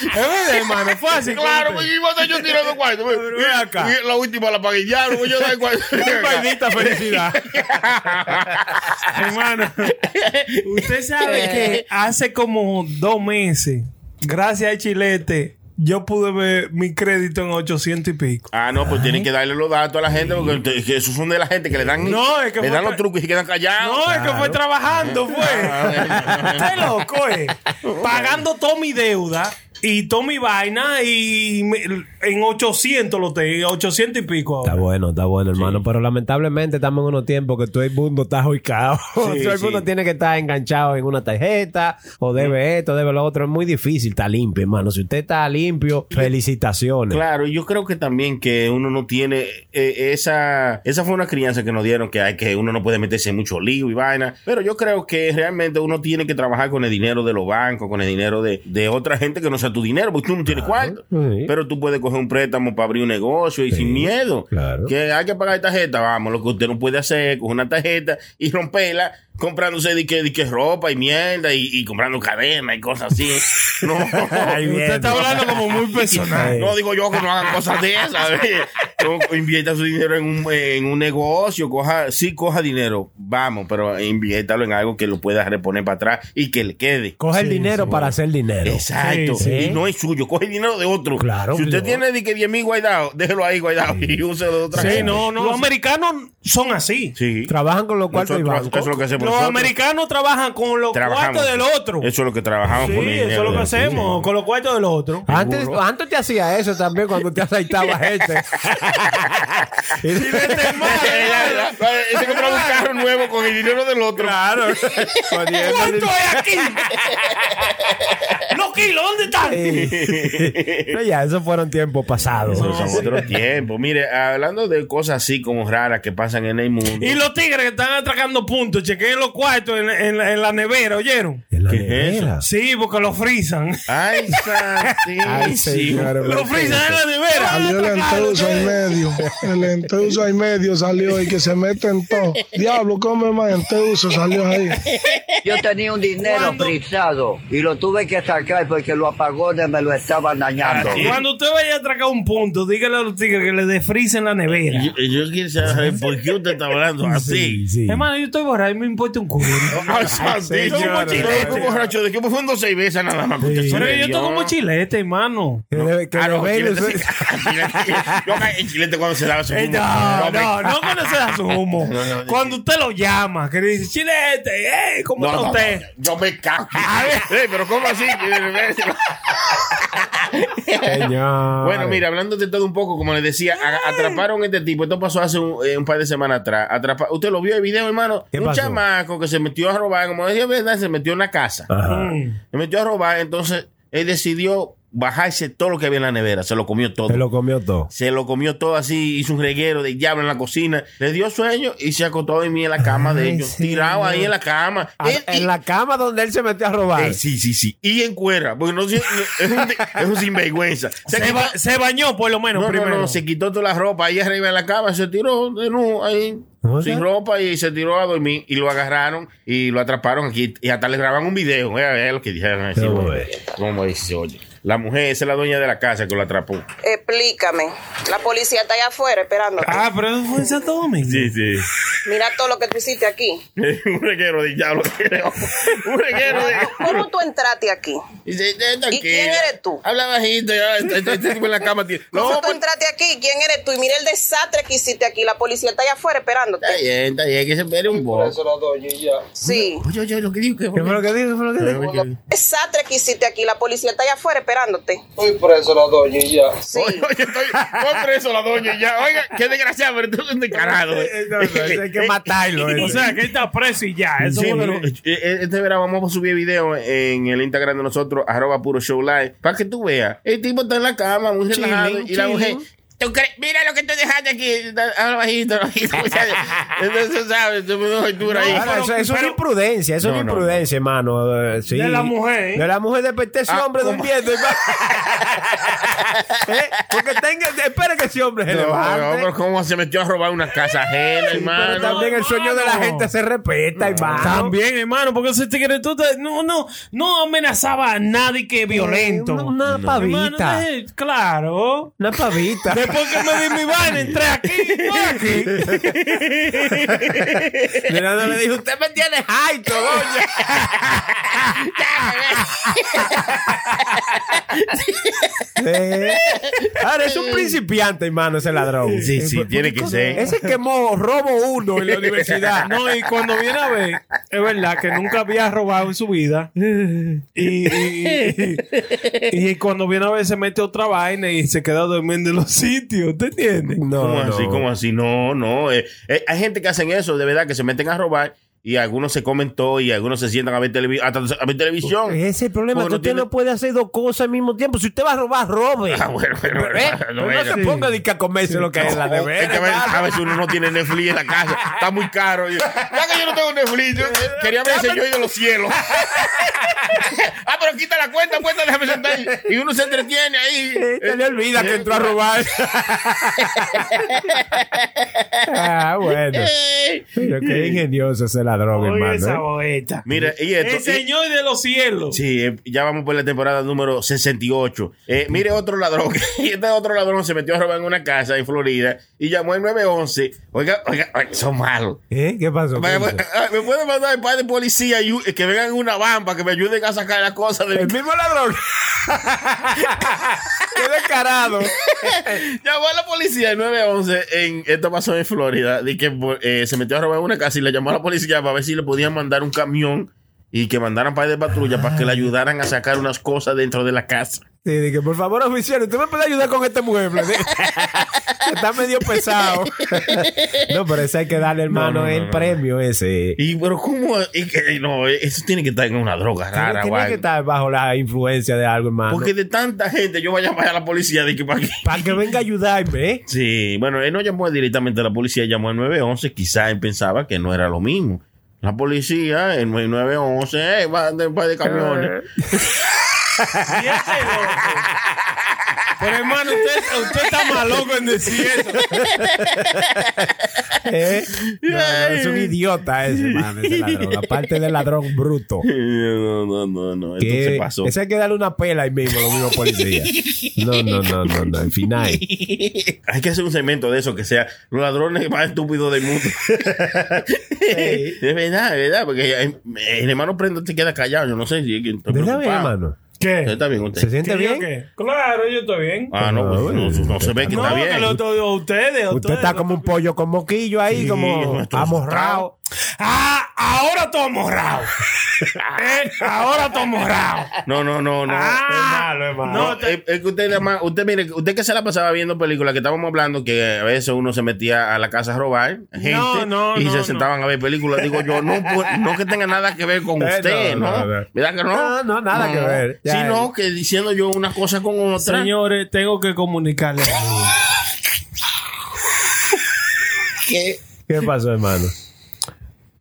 L: es verdad, hermano. Fue así.
D: Claro,
L: ¿cómo
D: pues
L: te-
D: yo iba a yo tirando cuarto. pues,
L: Pero
D: y-
L: ven acá.
D: y La última la pagué. Ya, no, pues, yo doy cuarto.
L: Maldita felicidad.
C: Hermano, usted sabe que hace como dos meses, gracias a Chilete, yo pude ver mi crédito en 800 y pico.
E: Ah, no, pues tienen que darle los datos a la gente porque te- que esos son de la gente que le dan,
C: No, es que
E: le
C: fue
E: dan los
C: tra-
E: trucos y quedan callados.
C: No, es que fue trabajando, fue. Está loco, eh. Pagando toda mi deuda y toda mi vaina y me- en 800 lo tengo, 800 y pico. ahora.
O: Está bueno, está bueno, hermano. Pero lamentablemente estamos en unos tiempos que todo el mundo está joicado. todo el mundo tiene que estar enganchado en una tarjeta o
E: Mm.
O: debe esto, debe lo otro. Es muy difícil estar limpio, hermano. Si usted está limpio, felicitaciones.
E: Claro, y yo creo que también que uno no tiene eh, esa esa fue una crianza que nos dieron que hay que uno no puede meterse en mucho lío y vaina, pero yo creo que realmente uno tiene que trabajar con el dinero de los bancos, con el dinero de, de otra gente que no sea tu dinero, porque tú no tienes cuarto, pero tú puedes coger un préstamo para abrir un negocio y sin miedo. Que hay que pagar tarjeta, vamos, lo que usted no puede hacer es coger una tarjeta y romperla comprándose de que, de que ropa y mierda y, y comprando cadenas y cosas así. No,
L: Usted está hablando como muy personal.
E: No digo yo que no hagan cosas de esas. ¿eh? No, invierta su dinero en un, en un negocio, coja, sí coja dinero, vamos, pero inviértalo en algo que lo pueda reponer para atrás y que le quede.
O: Coge el dinero para hacer dinero.
E: Exacto. Y no es suyo, coge el dinero de otro.
O: Claro.
E: si usted
O: no.
E: tiene de que 10 mil guardados, déjelo ahí guardado y úselo de otra
C: Sí,
E: gente.
C: no, no. Los americanos son así.
O: Trabajan con los
E: cuartos del Nosotros, banco. eso es lo que hacemos
C: Los
E: nosotros.
C: americanos trabajan con los
E: Trabajamos.
C: cuartos del otro.
E: Eso es lo que trabajamos
C: Sí,
E: con el
C: eso es
E: dinero
C: lo que
E: de-
C: hacemos, con los cuartos del otro.
O: Antes, antes te hacía eso también cuando te asaltaba gente.
D: Se compraba un carro nuevo con el dinero del otro.
L: Claro.
D: ¿Cuánto
C: es aquí? Los kilos, ¿dónde están?
O: Pero ya, esos fueron tiempos pasados.
E: Esos son otros tiempos. Mire, hablando de cosas así como raras que pasan en el mundo.
C: Y los tigres que están atracando puntos, chequeen los cuartos en, en la- en la nevera, ¿oyeron?
E: ¿Qué es eso?
C: Sí, porque los frisan.
E: Ay,
K: Ay, señor,
C: Los frisan en la nevera.
K: Salió el entuso y medio. El entuso y medio salió y que se mete en todo. Diablo, come más entuso salió ahí.
P: Yo tenía un dinero frisado y lo tuve que sacar porque los apagones me lo estaban dañando.
C: Cuando usted vaya a atracar un punto, dígale a los tigres que le desfrisen la nevera.
E: Yo, yo quiero saber por qué usted está hablando así.
C: Hermano, yo estoy borrado y me importa un culo.
E: Ay, santísimo, chilete, borracho, de que me fue en dos seis veces nada más. porque se
C: Pero yo
E: bebió.
C: estoy como chilete, hermano.
E: Ah, no, chilete, sí. Yo acá, el chilete cuando se daba su
C: Eh,
E: humo.
C: No,
E: me-
C: no, no cuando se da su humo.
E: No, no,
C: Cuando usted lo llama, que le dice, chilete, eh, ¿cómo
E: No,
C: está
E: no,
C: usted?
E: no, Yo me cago. Eh, pero ¿cómo así? Bueno, mira, hablando de todo un poco, como les decía, a- atraparon a este tipo. Esto pasó hace un, eh, un par de semanas atrás. Atrapa- Usted lo vio el video, hermano.
O: ¿Qué
E: un
O: pasó?
E: chamaco que se metió a robar, como decía, ¿verdad? Se metió en la casa.
O: Ah.
E: Se metió a robar, entonces él decidió bajarse todo lo que había en la nevera. Se lo comió todo.
O: Se lo comió todo.
E: Se lo comió todo así, hizo un reguero de diablo en la cocina. Le dio sueño y se acostó a dormir en la cama de
O: Ay,
E: ellos.
O: señor.
E: Tirado ahí en la cama.
O: Ah,
E: Él-
O: en la cama donde él se metió a robar.
E: Eh, sí, sí, sí. Y en cuerda, porque no, se- es, un, es un sinvergüenza.
C: Se, ba- se bañó por lo menos
E: No, no,
C: primero.
E: no, se quitó toda la ropa ahí arriba en la cama, se tiró de nuevo ahí. Sin ropa y se tiró a dormir y lo agarraron y lo atraparon aquí y hasta le graban un video. Voy a ver lo que dijeron. así, güey. ¿Cómo dice? Oye, la mujer, esa es la dueña de la casa que lo atrapó.
Q: Explícame. La policía está allá afuera esperando.
C: Ah, pero eso fue en Santo Domingo.
E: Sí, sí.
Q: Mira todo lo que tú hiciste aquí.
E: un reguero de diablo. creo. un reguero de...
Q: ¿Cómo tú entraste aquí? ¿Y quién eres tú?
E: Habla bajito. ya, Este este tipo en la cama. tiene- No,
Q: ¿Cómo tú
E: pues,
Q: entraste aquí? ¿Quién eres tú? Y mira el desastre que hiciste aquí. La policía está allá afuera esperándote.
E: está bien, está bien, que se espere un poco.
Q: Sí.
E: Oye, oye, lo que digo. ¿Qué
O: fue lo que dijo? ¿Qué fue lo que dijo?
Q: Desastre que hiciste aquí. La policía está allá afuera esperándote.
R: Estoy preso la doña y ya.
S: Oye, oye, estoy, estoy preso la doña y ya. Oiga, qué desgraciado, pero tú eres un descarado. eh.
C: hay que matarlo. eh. O sea, que él está preso y ya. Eso
E: Sí,
C: fue lo-
E: eh, eh, este verano vamos a subir video en el Instagram de nosotros, arroba puro show live, para que tú veas. El tipo está en la cama, muy
S: Chilling,
E: relajado, y la
S: chilling.
E: mujer... ¿Tú crees? Mira lo que tú dejaste aquí. da- Habla bajito, bajito. O sea, Entonces, ¿sabes? Tú me das dura ahí.
G: Ahora, eso, eso es imprudencia, eso
E: No,
G: es
E: no.
G: imprudencia, hermano. eh, sí.
E: De la mujer, ¿eh?
G: De la mujer desperté ese
E: Ah,
G: hombre
E: ¿cómo?
G: durmiendo. hermano. ¿Eh? Porque tenga, espera que ese hombre se
E: No,
G: levante.
E: no, pero cómo se metió a robar una casa ajena,
G: Sí,
E: hermano.
G: Pero también el sueño de la
C: hermano.
G: gente se respeta, hermano.
C: También, hermano, porque ese tigre tú te- no, no, no amenazaba a nadie que violento.
G: Eh, Una, una pavita.
C: Hermano, eh, claro.
G: Una pavita.
C: Después que me di mi vaina, entré aquí, estoy aquí.
G: Leonardo le dijo, usted me tiene alto, doña. Eh, Ahora es un principiante, hermano, ese ladrón.
E: Sí, sí, tiene que ser.
G: Ese quemó robo uno en la universidad.
C: No, y cuando viene a ver, es verdad que nunca había robado en su vida. Y, y- y- y cuando viene a ver, se mete otra vaina y se queda durmiendo en los sitios. ¿Te entiendes?
E: ¿Cómo así? ¿Cómo así? No, no. eh, eh, hay gente que hacen eso, de verdad, que se meten a robar y algunos se comen todo y algunos se sientan a ver, televi- hasta a ver televisión.
G: Ese es el problema,
E: Porque
G: que
E: no
G: usted
E: tiene-
G: no puede hacer dos cosas al mismo tiempo. Si usted va a robar, robe.
E: Ah, bueno, bueno,
G: Pero, ¿eh?
E: bueno,
G: Pero no
E: bueno.
G: se ponga de que a comerse lo que hay en la
E: Es
G: nevera.
E: que a, veces, a veces uno no tiene Netflix en la casa, está muy caro. Y- Ya que yo no tengo Netflix, yo- eh, quería ver el Señor de los Cielos. ah, pero quita la cuenta, cuenta, déjame sentar ahí. Y uno se entretiene ahí. Eh,
G: Se le olvida que entró a robar. ah, bueno.
E: eh,
G: Pero qué ingenioso ese ladrón,
C: Oye,
G: hermano.
C: esa
G: ¿eh?
C: boeta.
E: Mira, y esto.
C: El Señor de los cielos.
E: Sí, eh, ya vamos por la temporada número 68. Eh, mire otro ladrón. Este otro ladrón se metió a robar en una casa en Florida y llamó al 911. Oiga, oiga, oiga, son malos.
G: ¿Eh? ¿Qué pasó?
E: Me,
G: ¿Qué
E: me-
G: pasó?
E: me puede mandar el par de policías y u- que vengan en una van para que me ayuden a sacar las cosas del
G: El mismo ladrón. Qué descarado.
E: Llamó a la policía el 911. En, esto pasó en Florida. De que eh, se metió a robar en una casa y le llamó a la policía para ver si le podían mandar un camión y que mandaran par de patrullas para que le ayudaran a sacar unas cosas dentro de la casa.
G: Sí, dije, por favor, oficial, ¿usted me puede ayudar con este mueble? Está medio pesado. no, pero ese hay que darle, hermano, el premio ese.
E: Y pero cómo Y que, no, eso tiene que estar en una droga
G: Tiene-
E: rara,
G: tiene
E: guay.
G: que estar bajo la influencia de algo, hermano.
E: Porque de tanta gente yo voy a llamar a la policía de que para qué.
G: Para que venga a ayudarme, ¿eh?
E: Sí, bueno, él no llamó directamente a la policía, llamó al 911, quizás él pensaba que no era lo mismo. La policía, el 911, eh, va de, va de camiones.
G: Eh.
C: este Pero hermano, usted, usted está más loco en decir eso.
G: ¿Eh? No, es un idiota ese, hermano, ese ladrón. Aparte del ladrón bruto.
E: No, no, no, no, esto
G: Que-
E: se pasó.
G: Ese hay que darle una pela ahí mismo, los mismos policías. No, no, no, no, no. Al final.
E: Hay que hacer un segmento de eso que sea los ladrones más estúpidos del mundo. Es verdad, es verdad, porque eh, el hermano Prendo te queda callado. Yo no sé si es que estoy
G: ¿De verdad,
E: preocupado.
G: hermano?
C: ¿Qué?
E: Está bien usted.
G: ¿Se siente
C: ¿Que yo
G: bien?
C: qué? Claro, yo estoy bien.
E: Ah, no, pues, no, no se ve que está
C: no,
E: bien.
C: que lo estoy a ustedes. a
G: Usted
C: ustedes.
G: está como un pollo con moquillo ahí,
E: Sí, yo
G: como
E: estoy
G: amorrado.
C: Ah, ahora todo morrado. Eh, Ahora todo morrado.
E: No, no, no, no.
G: Ah,
C: malo, es
E: No, es, es que usted, nada más- usted, mire, usted que se la pasaba viendo películas que estábamos hablando, que a veces uno se metía a la casa a robar gente
C: No, no,
E: y
C: no,
E: se
C: no.
E: sentaban a ver películas. Digo yo, no, pues, no que tenga nada que ver con
G: Eh,
E: usted,
G: no,
E: ¿no?
G: no, no.
E: ¿Verdad que no?
G: No, no, nada que ver. Ya,
E: Sino que diciendo yo una cosa con otra.
C: Señores, tengo que comunicarle algo.
G: ¿Qué pasó, hermano?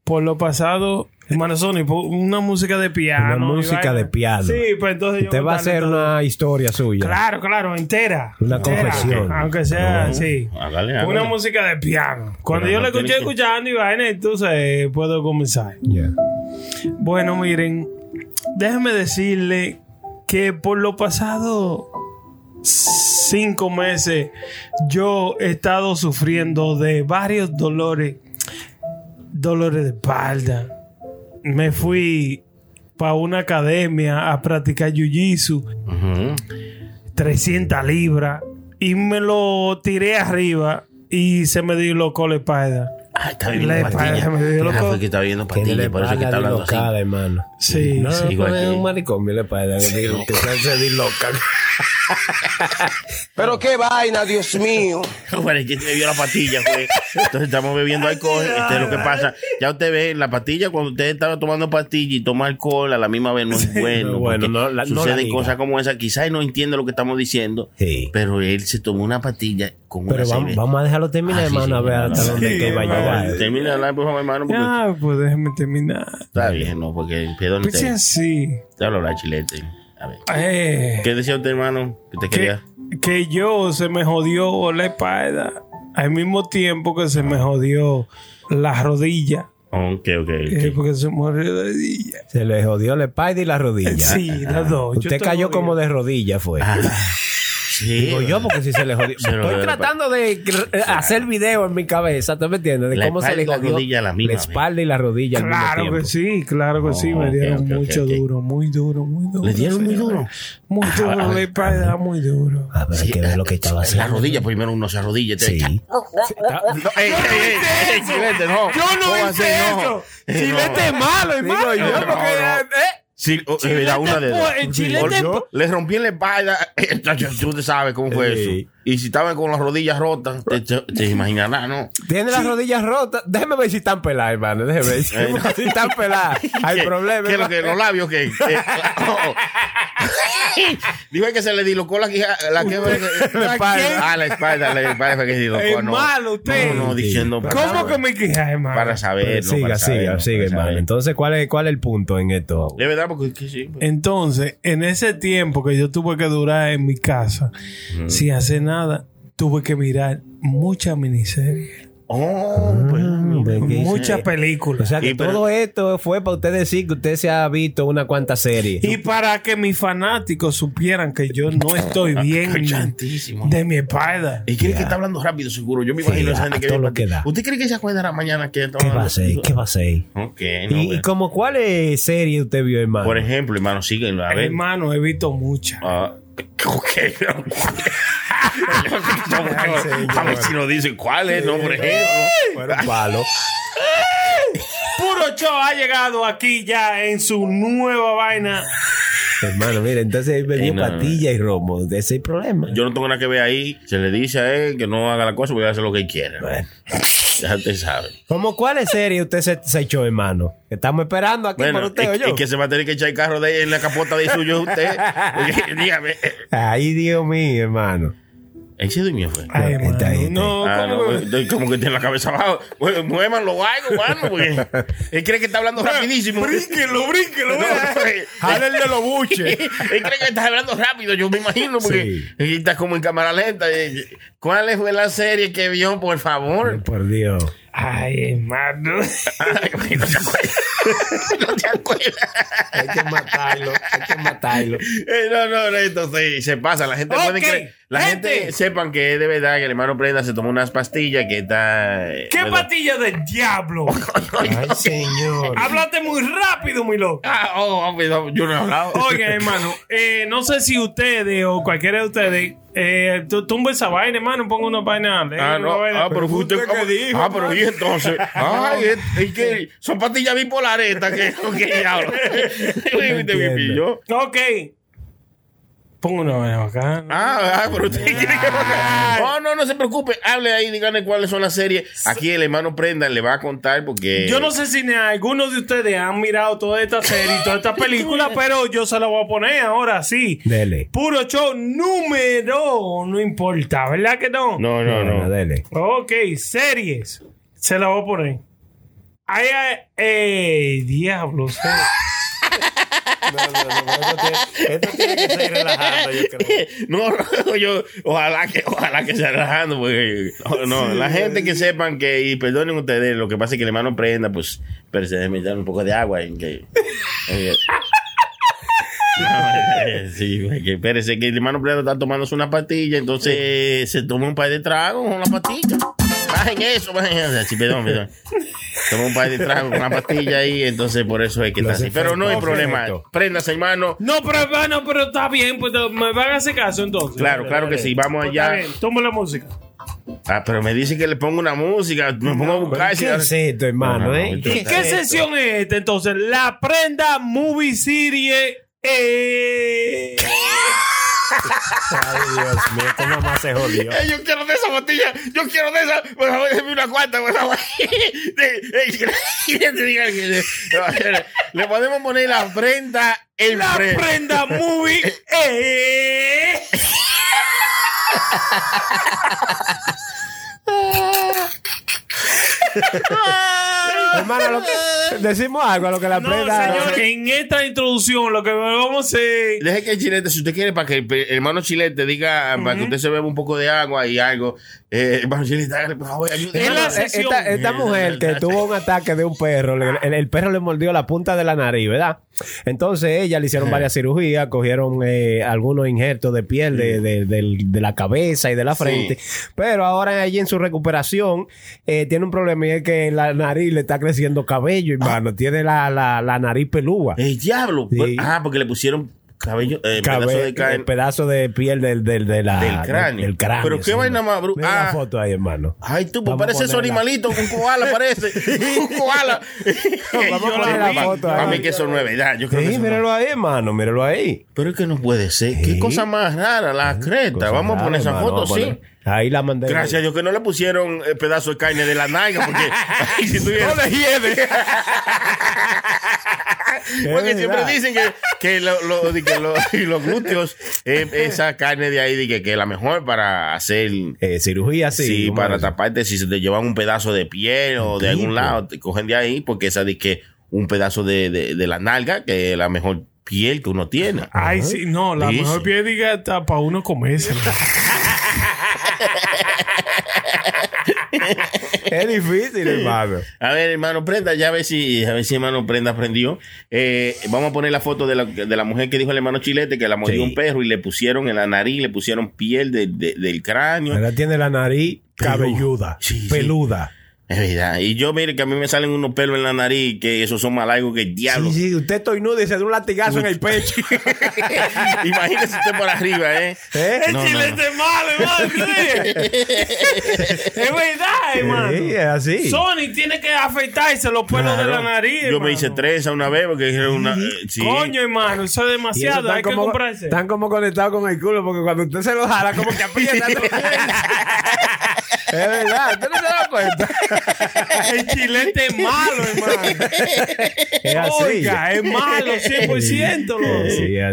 C: Por lo pasado, hermano Sony, por una música de piano.
G: Una
C: y
G: música
C: vaina.
G: de piano.
C: Sí, pues entonces yo
G: Usted va a
C: cantarle
G: hacer
C: todo.
G: una historia suya.
C: Claro, claro, entera.
G: Una
C: Entera,
G: confesión.
C: Aunque sea, sí.
E: Hágale,
C: Una
E: hágale.
C: música de piano. Cuando
E: Pero
C: yo
E: no
C: la
E: tiene
C: escuché
E: que-
C: escuchando y vaina, entonces eh, puedo comenzar.
G: Ya.
C: Bueno, miren, déjeme decirle que por lo pasado cinco meses yo he estado sufriendo de varios dolores, dolores de espalda. Me fui para una academia a practicar jiu-jitsu. 300 libras y me lo tiré arriba y se me dislocó la espalda.
E: Ah, está bebiendo
G: Le-
E: pastillas.
G: se me dio
E: Ah,
G: loco.
E: fue que está bebiendo pastillas,
G: Tiene
E: por eso es que está
G: espalda
E: hablando así.
G: dislocada, hermano.
E: Sí,
G: no,
E: sí,
G: no,
E: igual
G: no, es
E: que-
G: un maricón, mira, para
E: Sí.
G: que se- se disloca.
T: Pero qué vaina, Dios mío.
E: Bueno, es que se me vio la pastilla, güey. Entonces estamos bebiendo alcohol. Este es lo que pasa. Ya usted ve, la pastilla, cuando usted estaba tomando pastilla y toma alcohol, a la misma vez no es bueno.
G: no, bueno,
E: porque
G: no, la- no la
E: suceden
G: diga.
E: cosas como esa. Quizás él no entiende lo que estamos diciendo. Pero él se tomó una pastilla con
G: Pero
E: una
G: vamos,
E: cerveza.
G: vamos a dejarlo terminar,
E: Ah, sí,
G: hermano, a
E: sí,
G: ver hasta
E: sí,
G: dónde
E: sí,
G: es que va a
E: hermano.
G: llegar.
E: Termina de hablar, por favor, hermano. Porque
C: Ah, pues déjeme terminar.
E: está bien, ¿no? Porque el pedo no
C: Pues sí,
E: te...
C: así.
E: Te hablo la chilete. A ver.
C: Eh.
E: ¿Qué decía usted, hermano? Que te quería.
C: que yo se me jodió la espalda al mismo tiempo que se me jodió la rodilla.
E: Ok, ok.
C: Eh, porque se murió la rodilla.
G: Se le jodió la espalda y la rodilla.
C: Sí, las dos. Yo
G: Usted
C: estoy
G: cayó
C: jodido.
G: como de rodilla, fue.
C: pues,
G: Digo yo, porque si se le jodió.
E: Se le jodió
G: Estoy
E: la
G: tratando de eh, hacer video en mi cabeza, ¿tú me entiendes? De
E: La
G: cómo se
E: espalda
G: le
E: y la
G: jodió
E: rodilla a la misma
G: la espalda y la rodilla al mismo
C: Claro
G: tiempo.
C: que sí, claro que sí. Me
G: ok,
C: dieron
G: ok, ok,
C: mucho
G: ok.
C: duro, muy duro, muy duro.
E: ¿Le dieron muy
C: señora.
E: duro?
C: Muy
E: Ah,
C: duro,
E: ah,
C: la espalda, muy duro.
G: A ver, hay que ver lo que estaba
E: eh, La
G: haciendo.
E: rodilla, primero uno se arrodilla. Sí. ey, ey, ey, chilete, no.
U: Yo no
E: Póngase
U: hice
E: en ojo.
U: eso.
E: Eh, no.
U: Chilete es malo,
E: Digo
U: hermano.
E: yo,
U: No,
E: porque,
U: no.
C: ¿eh?
E: Sí, o-
U: Chilete
E: era una de dos.
U: fue- el chilete
E: Yo-
U: fue-
E: le rompí la espalda. Eh, Tú te sabes cómo fue eso. Y si estaba con las rodillas rotas, te, te- te imaginarás, ¿no?
G: Tiene las
E: Sí.
G: rodillas rotas. Déjeme ver si están peladas, hermano. Déjeme ver si,
E: Eh, no.
G: si están peladas. Hay
E: ¿Qué-
G: problema.
E: qué es lo que
G: hermano.
E: los labios que. que- oh. Dijo que se le dilocó la quija. La, que-
C: La espalda.
E: Ah, la espalda. La espalda fue que se dilocó.
C: Es
E: no.
C: malo usted.
E: No, no, diciendo. para
C: ¿Cómo
E: saber.
C: que me quejas, hermano?
E: Para saber, no,
G: Ah, Pues siga,
E: para saber,
G: siga,
E: no, Ah,
G: siga,
E: para
G: hermano.
E: saber.
G: Entonces, ¿cuál es, ¿cuál es el punto en esto?
E: De verdad, porque es que sí. pues.
C: Entonces, en ese tiempo que yo tuve que durar en mi casa, sin hacer nada, tuve que mirar muchas miniseries.
E: Oh,
G: Mm,
C: muchas películas.
G: O sea, que
C: Y pero-
G: todo esto fue para usted decir que usted se ha visto una cuanta serie.
C: Y para que mis fanáticos supieran que yo no estoy bien
E: Ah, Chantísimo.
C: de mi espalda.
E: Y cree que está hablando rápido, seguro. Yo me
G: Sí,
E: imagino esa
G: a-
E: gente
G: a
E: que
G: todo
E: viene
G: lo que
E: para-
G: da.
E: ¿Usted cree que se acuerdará mañana que está
G: ¿Qué va a
E: hablando?
G: hacer? ¿Qué va a hacer?
E: Ok, no,
G: ¿Y, y
E: bueno.
G: como cuál eh, serie usted vio, hermano?
E: Por ejemplo, hermano, síguelo. A ver.
C: Hermano, he visto muchas.
E: Ah, ok. a ver si nos dicen cuál es, ¿no? Por ejemplo.
G: palo.
C: Puro Cho ha llegado aquí ya en su nueva vaina.
G: Hermano, mira, entonces me dio
E: Eh, no,
G: patilla y romo. Ese es el problema.
E: Yo no tengo nada que ver ahí. Se le dice a él que no haga la cosa porque hace lo que él quiera. Ya te sabe.
G: ¿Cómo cuáles series usted se, se echó, hermano? Estamos esperando aquí por
E: Bueno,
G: usted,
E: es,
G: oye.
E: es que se va a tener que echar el carro de él en la capota de suyo usted. Porque, dígame. eh,
G: Ay, Dios mío, hermano.
E: Ese de mío fue.
G: Ay, está ahí, está ahí.
C: No,
E: Ah,
C: ¿cómo
E: no,
C: que-
E: estoy como que tiene la cabeza abajo. Mue- Muévanlo algo, mano, porque él cree que está hablando rapidísimo.
C: Brínquelo, brínquelo.
E: eh.
G: Jálenle los buches.
E: él cree que estás hablando rápido, yo me imagino, porque él está como en cámara lenta. Eh, ¿Cuál fue la serie que vio, por favor?
G: Por Dios.
C: Ay, hermano.
E: Ay, no te acuerdas. no te acuerdas.
G: Hay que matarlo, hay que matarlo.
E: Eh, No, no, no, entonces se pasa. La gente
C: Ok,
E: puede creer. La gente. sepan que es de verdad que el hermano Prenda se tomó unas pastillas que está. eh,
C: ¿Qué
E: bueno,
C: patilla del diablo?
G: Ay, señor.
C: Hablaste muy rápido, mi loco.
E: Ah, oh, oh, perdón, yo no he hablado.
C: Oigan, hermano, eh, no sé si ustedes o cualquiera de ustedes eh, tú- tumba esa vaina, hermano, ponga una vaina. eh,
E: Ah,
C: una
E: no.
C: vaina.
E: Ah, pero fue usted. Ah, ah, pero y entonces. Ay, es, es que son pastillas bipolares estas que. Ok, ya hablo. Usted me pilló.
C: Ok. Pongo una vaina acá.
E: Ah, ah, pero usted quiere que No, no, no se preocupe. Hable ahí, díganle cuáles son las series. Aquí el hermano Prenda le va a contar porque.
C: Yo no sé si ni algunos de ustedes han mirado toda esta serie y toda esta película, pero yo se la voy a poner ahora sí.
G: Dele.
C: Puro show número, no importa, ¿verdad que no?
E: No, no, no.
G: Dele.
C: Ok, series. Se la voy a poner. Ay, ay, eh, diablo. se-
G: Esto tiene que ser relajado, yo creo.
E: No, no, yo, ojalá que, ojalá que se relajando, porque no, no,
G: Sí.
E: la gente que sepan que, y perdonen ustedes, lo que pasa es que el hermano prenda, pues, pero se debe dar un poco de agua en que. eh, no, eh, Sí, güey, que espérese que el hermano Prenda está tomándose una pastilla, entonces eh, se toma un par de tragos con la pastilla. Bajen eso, bajen eso. Sí, perdón, perdón. Toma un par de tragos con la pastilla ahí, entonces por eso es que está
G: Los
E: así. Pero no hay
G: efectos.
E: problema. Préndase, hermano.
C: No, pero hermano, pero está bien, pues me van a hacer caso entonces.
E: Claro, claro que sí, vamos
C: Pues,
E: allá.
C: está bien, Toma la música.
E: Ah, pero me dice que le pongo una música. Me pongo a buscar.
G: ¿Qué es esto, hermano? eh?
E: ¿Qué,
N: ¿Qué sesión es esta entonces? La prenda Movie Series. eh.
C: E.
G: Ay, Dios mío, esta mamá se jodió.
V: Eh, yo quiero de esa botella, yo quiero de esa. Por favor, déjeme una cuanta, por favor. De- eh,
E: le, le podemos poner la prenda el
N: La
E: pre-
N: prenda Movie. eh.
G: Hermano, lo que- decimos algo a lo que la
N: No,
G: prenda.
N: señor, en esta introducción lo que vamos a hacer.
E: Deje que el chilete, si usted quiere, para que el pe- hermano chilete diga, ah, para que usted se beba un poco de agua y algo. Eh, hermano chilete, hágale, por favor, ayúdeme.
G: Hermano, esta, esta mujer que tuvo un ataque de un perro, le- el, el perro le mordió la punta de la nariz, ¿verdad? Entonces ella le hicieron varias cirugías, cogieron eh, algunos injertos de piel de, de- del- de la cabeza y de la frente, pero ahora allí en su recuperación eh, tiene un problema y es que en la nariz le está creciendo cabello, hermano, tiene la, la, la nariz pelúa.
E: El diablo.
G: Sí.
E: Ah, porque le pusieron cabello, eh,
G: Cabe-
E: pedazo de
G: el
E: carne.
G: pedazo de piel del, del, de la-
E: Del cráneo.
G: del cráneo,
E: Pero qué
G: sí.
E: vaina más
G: Mira
E: bruta.
G: la
E: Ah,
G: foto ahí, hermano.
E: ay, tú, pues
G: Vamos a
E: parece esos
G: ponerla.
E: animalitos, un koala parece. Un koala.
G: Vamos a
E: Yo la
G: poner la
E: vi.
G: foto
E: Para
G: ahí.
E: mí que eso no es verdad. Yo creo que
G: Sí,
E: eso no-
G: míralo ahí, hermano, míralo ahí.
E: Pero es que no puede ser. Qué cosa más rara, la creta.
G: Cosa
E: Vamos a
G: rara,
E: poner esa
G: hermano,
E: foto,
G: vamos a
E: sí.
G: poner- Ahí la mandé.
E: Gracias a Dios que no le pusieron eh, pedazo de carne de la nalga, porque ay, si tuviera-
V: No le hiede.
E: Porque
V: verdad.
E: siempre dicen que, que, lo- lo- di que lo- y los glúteos, eh, esa carne de ahí, di que, que es la mejor para hacer.
G: Eh, cirugía, sí.
E: Sí,
G: ¿cómo
E: para
G: es?
E: taparte si se te llevan un pedazo de piel o de algún lado, te cogen de ahí, porque esa di que un pedazo de, de- de la nalga, que es la mejor piel que uno tiene.
C: Ay, sí, no, la
E: Dice.
C: mejor piedra está para uno comerse.
G: Es difícil, hermano.
E: A ver, hermano Prenda, ya a ver si, a ver si hermano Prenda aprendió. Eh, vamos a poner la foto de la, de la mujer que dijo el hermano Chilete que la mordió
G: Sí.
E: un perro y le pusieron en la nariz, le pusieron piel de- de- del cráneo.
G: Ahora tiene la nariz cabelluda, peluda.
E: Es verdad. Y yo, mire, que a mí me salen unos pelos en la nariz que esos son más largos que el diablo.
G: Sí, sí, usted estoy nudo y se da un latigazo en el pecho.
E: Imagínese usted por arriba, ¿eh?
G: ¿Eh?
E: No, no, no.
N: Este malo, hermano. Es verdad, hermano.
G: Sí, es así.
N: Sony tiene que afeitarse los pelos de la
E: Claro.
N: nariz.
E: Yo me hice trenza una vez porque era una. eh, sí.
N: Coño, hermano, eso es
G: Y eso
N: demasiado.
G: están
N: Hay que
G: como-
N: comprarse.
G: Están como conectados con el culo, porque cuando usted se lo jala, como que aprieta. es verdad, usted no se da cuenta.
N: El chilete es malo, hermano.
G: Es así.
N: Oiga,
C: eh,
N: es malo, 100%. loco.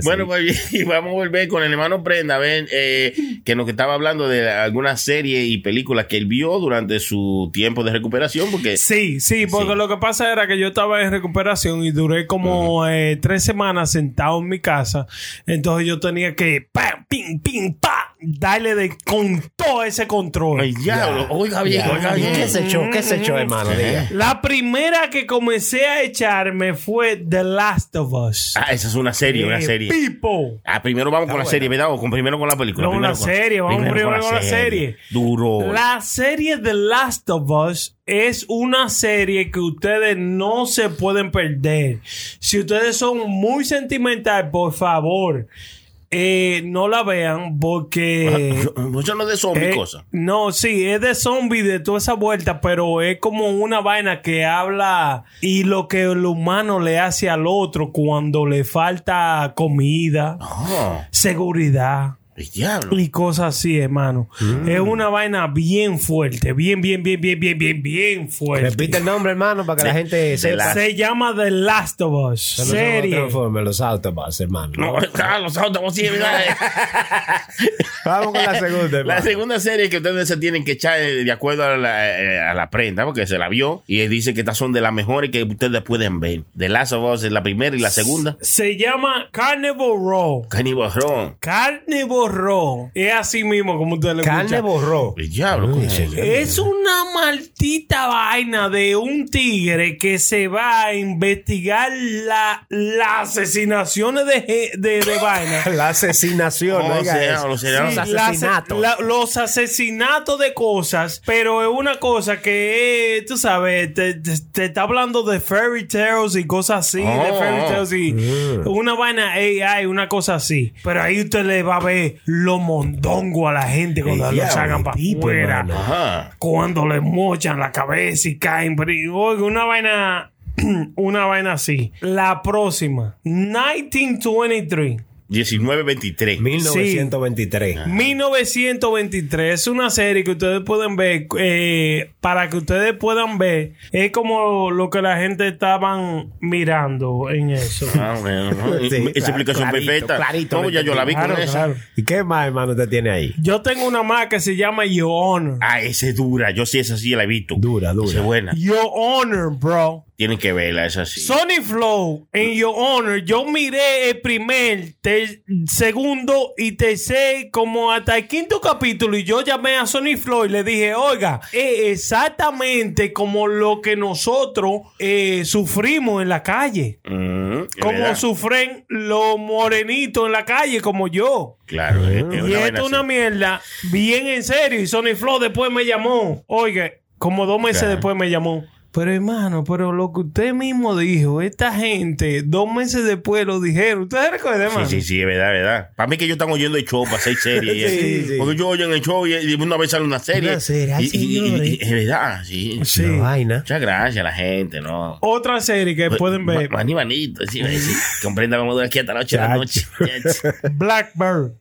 E: Bueno, pues bien, y vamos a volver con el hermano Prenda, ven, eh, que nos estaba hablando de algunas series y películas que él vio durante su tiempo de recuperación, porque
C: Sí, sí, porque lo que pasa era que yo estaba en recuperación y duré como eh, tres semanas sentado en mi casa. Entonces yo tenía que pam, pim, pim, pa, darle de con todo ese control.
E: Ay, pues, diablo. Oiga bien, oiga bien.
G: ¿Qué se echó? ¿Qué se echó, hermano? Diga.
C: La primera que comencé a echarme fue The Last of Us.
E: ah, esa es una serie, una
C: Eh,
E: serie.
C: People.
E: Ah, primero vamos con la serie, ¿verdad? O con, primero con la película.
C: No, una
E: primero con-
C: serie, vamos primero con la serie.
E: Duro. Ah,
C: La serie The Last of Us es una serie que ustedes no se pueden perder. Si ustedes son muy sentimentales, por favor, eh, no la vean
E: Ah,
C: porque...
E: Mucho no es de zombies,
C: Eh,
E: cosa.
C: No, sí, es de zombie de toda esa vuelta, pero es como una vaina que habla y lo que el humano le hace al otro cuando le falta comida,
E: Ah,
C: seguridad
E: el diablo.
C: y cosas así, hermano. Es una vaina bien fuerte, bien, bien, bien, bien, bien, bien, bien fuerte.
G: Repite el nombre, hermano, para que la gente
C: Se,
G: sepa.
C: se llama The Last of Us.
G: Pero no son los
C: Serie.
G: Transformers, los Autobots, hermano.
E: No, ah, los autos, sí, ¿verdad?
G: Vamos con la segunda,
E: La
G: hermano.
E: segunda serie que ustedes se tienen que echar eh, de acuerdo a la, eh, a la prenda, porque se la vio y él dice que estas son de las mejores que ustedes pueden ver. The Last of Us es la primera y la segunda.
C: Se llama Carnival Row.
E: Cannibal Run.
C: Carnival Row. Es así mismo como usted le
G: Carne
C: escucha.
G: borró.
E: El diablo, ¿cómo es eso?
C: Es una maldita vaina de un tigre que se va a investigar la- las asesinaciones de, ge- de, de vaina.
G: La asesinación,
E: Oh,
G: oiga
E: sea,
G: eso.
E: lo sea.
G: Los
C: Sí, las-
G: asesinatos.
C: la- los asesinatos de cosas, pero es una cosa que, eh, tú sabes, te, te- te está hablando de fairy tales y cosas así, de
E: Oh.
L: Mm.
C: fairy tales y una vaina AI, una cosa así. Pero ahí usted le va a ver es lo mondongo a la gente cuando
L: El
C: lo
L: diablo,
C: sacan para
L: tipo,
C: afuera.
L: hermano. Ajá.
C: Cuando le mochan la cabeza y caen. pero, y, Oiga, una vaina. Una vaina así. La próxima. 1923.
E: 1923.
C: 1923. 1923 es una serie que ustedes pueden ver eh, para que ustedes puedan ver es como lo que la gente estaban mirando en eso.
E: Ah, bueno, ¿no?
O: Sí,
E: Esa
O: claro,
E: explicación
O: clarito,
E: perfecta.
O: clarito,
E: no, ya yo la vi
O: claro,
E: con esa.
O: claro. ¿Y qué más, hermano, usted tiene ahí?
C: Yo tengo una más que se llama Your Honor.
E: Ah, esa es dura. Yo sí, esa sí la he visto. Dura, dura. Esa es buena.
C: Your Honor, bro.
E: Tienen que verla, esa sí.
C: Sony Flow, en Your Honor, yo miré el primer, te- segundo y tercer, como hasta el quinto capítulo, y yo llamé a Sony Flow y le dije, oiga, es exactamente como lo que nosotros eh, sufrimos en la calle.
E: Mm, es
C: Como
E: verdad.
C: sufren los morenitos en la calle, como yo.
E: Claro, Eh, es- es una
C: Y esto
E: vaina
C: es una mierda bien en serio. Y Sony Flow después me llamó. Oiga, como dos meses
E: Claro.
C: después me llamó. Pero hermano, pero lo que usted mismo dijo, esta gente, dos meses después lo dijeron. ¿Usted se recuerda, hermano?
E: Sí, sí, sí, es verdad, es verdad. Para mí que ellos están oyendo el show para seis series. y
C: Sí,
E: eso. Porque ellos oyen el show y, y una vez sale una serie.
C: Una serie,
E: y, y- y-
C: señores.
E: y- es verdad, sí.
C: Sí. Una vaina.
E: Muchas gracias a la gente, ¿no? Pues,
C: Otra serie que pueden ver.
E: Ma- Mani manito, sí, sí. Comprenda cómo dura aquí hasta las 8 de la noche.
C: Blackbird.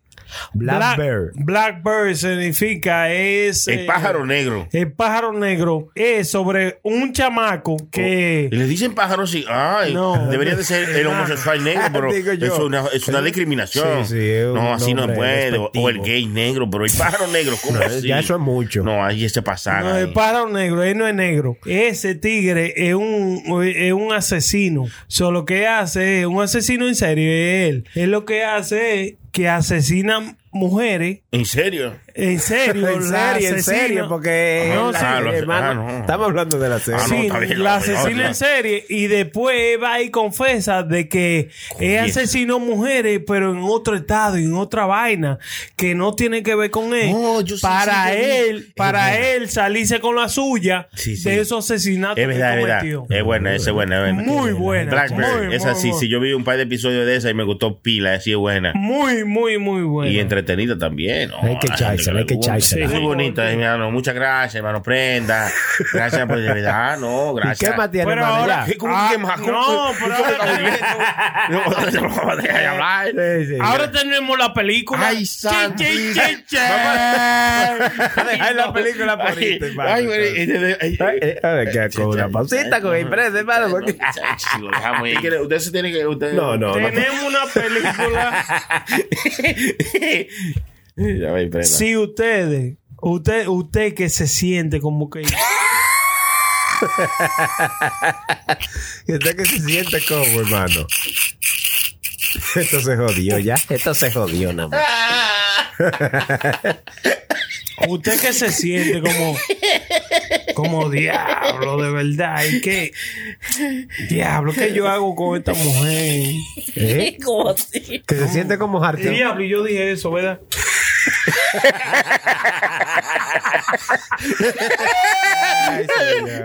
E: Black
C: Blackbird. Blackbird significa es...
E: El
C: eh,
E: pájaro negro.
C: El pájaro negro es sobre un chamaco que...
E: Y le dicen pájaro sí. Ay,
C: No. Ah,
E: debería de ser el homosexual negro, pero
C: Digo yo.
E: es una, es una discriminación.
O: Sí, sí, es un
E: no, así no
O: nombre
E: puede. O,
O: despectivo.
E: o el gay negro, pero el pájaro negro, ¿cómo
O: No,
E: así?
O: ya eso
E: es mucho. No, ahí se pasaron.
C: No, el pájaro negro, él no es negro. Ese tigre es un, es un asesino. Solo lo que hace es un asesino en serio, es él. Es lo que hace es que asesina mujeres.
E: ¿En serio?
C: En serio,
O: en
C: la
O: serio, en
C: asesina.
O: serio, porque
C: No,
O: la-
C: sí.
O: hermano, estamos hablando de la
E: Ah,
O: serie.
C: Sí, la asesina en serie y después va y confesa de que es asesino mujeres, pero en otro estado y en otra vaina que no tiene que ver con él. para
E: sí, yo vi.
C: él,
E: Es
C: para
E: verdad.
C: él salirse con la suya
E: sí.
C: de esos asesinatos
E: Es verdad,
C: que
E: es verdad.
C: cometió.
E: Es buena, esa es buena, es buena.
C: Muy buena,
E: Blackbird,
C: muy,
E: esa
C: muy
E: sí,
C: buena.
E: sí, yo vi un par de episodios de esa y me gustó pila, así es buena.
C: Muy, muy, muy buena.
E: Y entretenida también.
O: Hay que
E: la gente
O: echársela,
E: le
O: hay que
E: gusta.
O: echársela.
E: Muy
O: Sí.
E: bonita, hermano. Muchas gracias, hermano. Prenda. Gracias por de verdad. No, gracias.
O: ¿Y qué más tiene,
E: Pero
O: hermano,
E: ahora,
O: ya?
E: ¿cómo
C: Ah,
E: que más? ¿Cómo-
C: no,
E: cómo-
C: pero
E: cómo-
C: ahora-
E: No, deja de hablar.
C: Ahora tenemos la película.
E: Ay, santi.
C: Che, che, che, che.
O: Ay, la película por
E: Ay,
C: este,
O: esto, hermano.
E: ay, güey, eh, eh, eh,
O: Ay, eh, A ver, que con una pausita con el preso, hermano. porque-
E: si lo dejamos ahí. Usted se tiene que. usted-
O: No, no, no.
C: Tenemos una película.
E: Ya ve, prenda.
C: si ustedes, usted, usted que se siente como que.
O: Y usted que se siente como, hermano. Esto se jodió ya. Esto se jodió, nada más.
C: Usted que se siente como. Como diablo, de verdad. ¿Y qué? Diablo, ¿qué yo hago con esta mujer?
O: ¿Eh? Que se siente como Harteo.
C: Diablo, y yo dije eso, ¿verdad?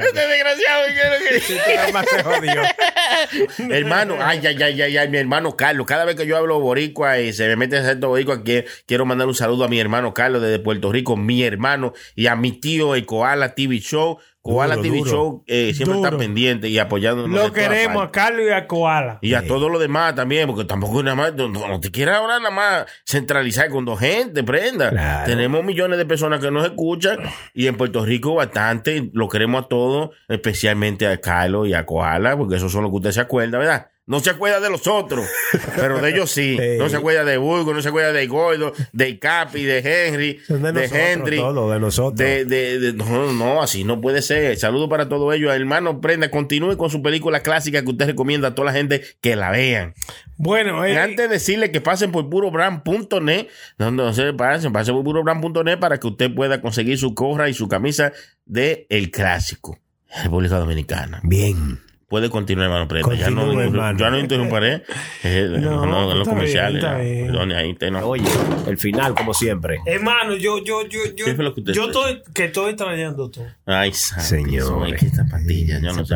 D: Este desgraciado,
O: se jodió.
E: hermano, ay, ay, ay, ay, ay, mi hermano Carlos. Cada vez que yo hablo boricua y se me mete acento boricua, que- quiero mandar un saludo a mi hermano Carlos desde Puerto Rico, mi hermano, y a mi tío, el Koala TV Show. Koala
C: Duro,
E: TV
C: duro.
E: Show eh, siempre
C: Duro.
E: está pendiente y apoyándonos. de
C: Lo
E: todas
C: queremos
E: partes.
C: a Carlos y a Koala.
E: Y a todos los demás también, porque tampoco nada más, no, no te quieras ahora nada más centralizar con dos gente, prenda. Tenemos millones de personas que nos escuchan y en Puerto Rico bastante, lo queremos a todos, especialmente a Carlos y a Koala, porque esos son los que usted se acuerda, ¿verdad? No se acuerda de los otros, pero de ellos sí. No se acuerda de Burgo, no se acuerda de Gordo, de Capi, de Henry,
O: Son de
E: de,
O: nosotros,
E: Henry.
O: todo de nosotros.
E: De, de- de- no, no, así no puede ser. Saludos para todos ellos. Hermano, prenda, continúe con su película clásica que usted recomienda a toda la gente que la vean.
C: Bueno, eh,
E: Y antes de decirle que pasen por purobrand.net, no, no se pasen, pasen por purobrand.net para que usted pueda conseguir su corra y su camisa de El Clásico, República Dominicana.
O: Bien.
E: Puede continuar, hermano Prenda. ya no,
G: Continúe, hermano.
E: Yo no interrumparé eh, no, no, los
C: está
E: comerciales.
C: bien, está
E: ya.
C: bien.
E: Perdone, ahí te no.
G: Oye, el final, como siempre.
C: Hermano, yo, yo, yo, yo,
E: ¿Qué fue lo que usted
C: yo
E: fue?
N: este.
C: estoy, que estoy extrañando todo.
E: Ay, señor. Estas pastillas, yo no sé.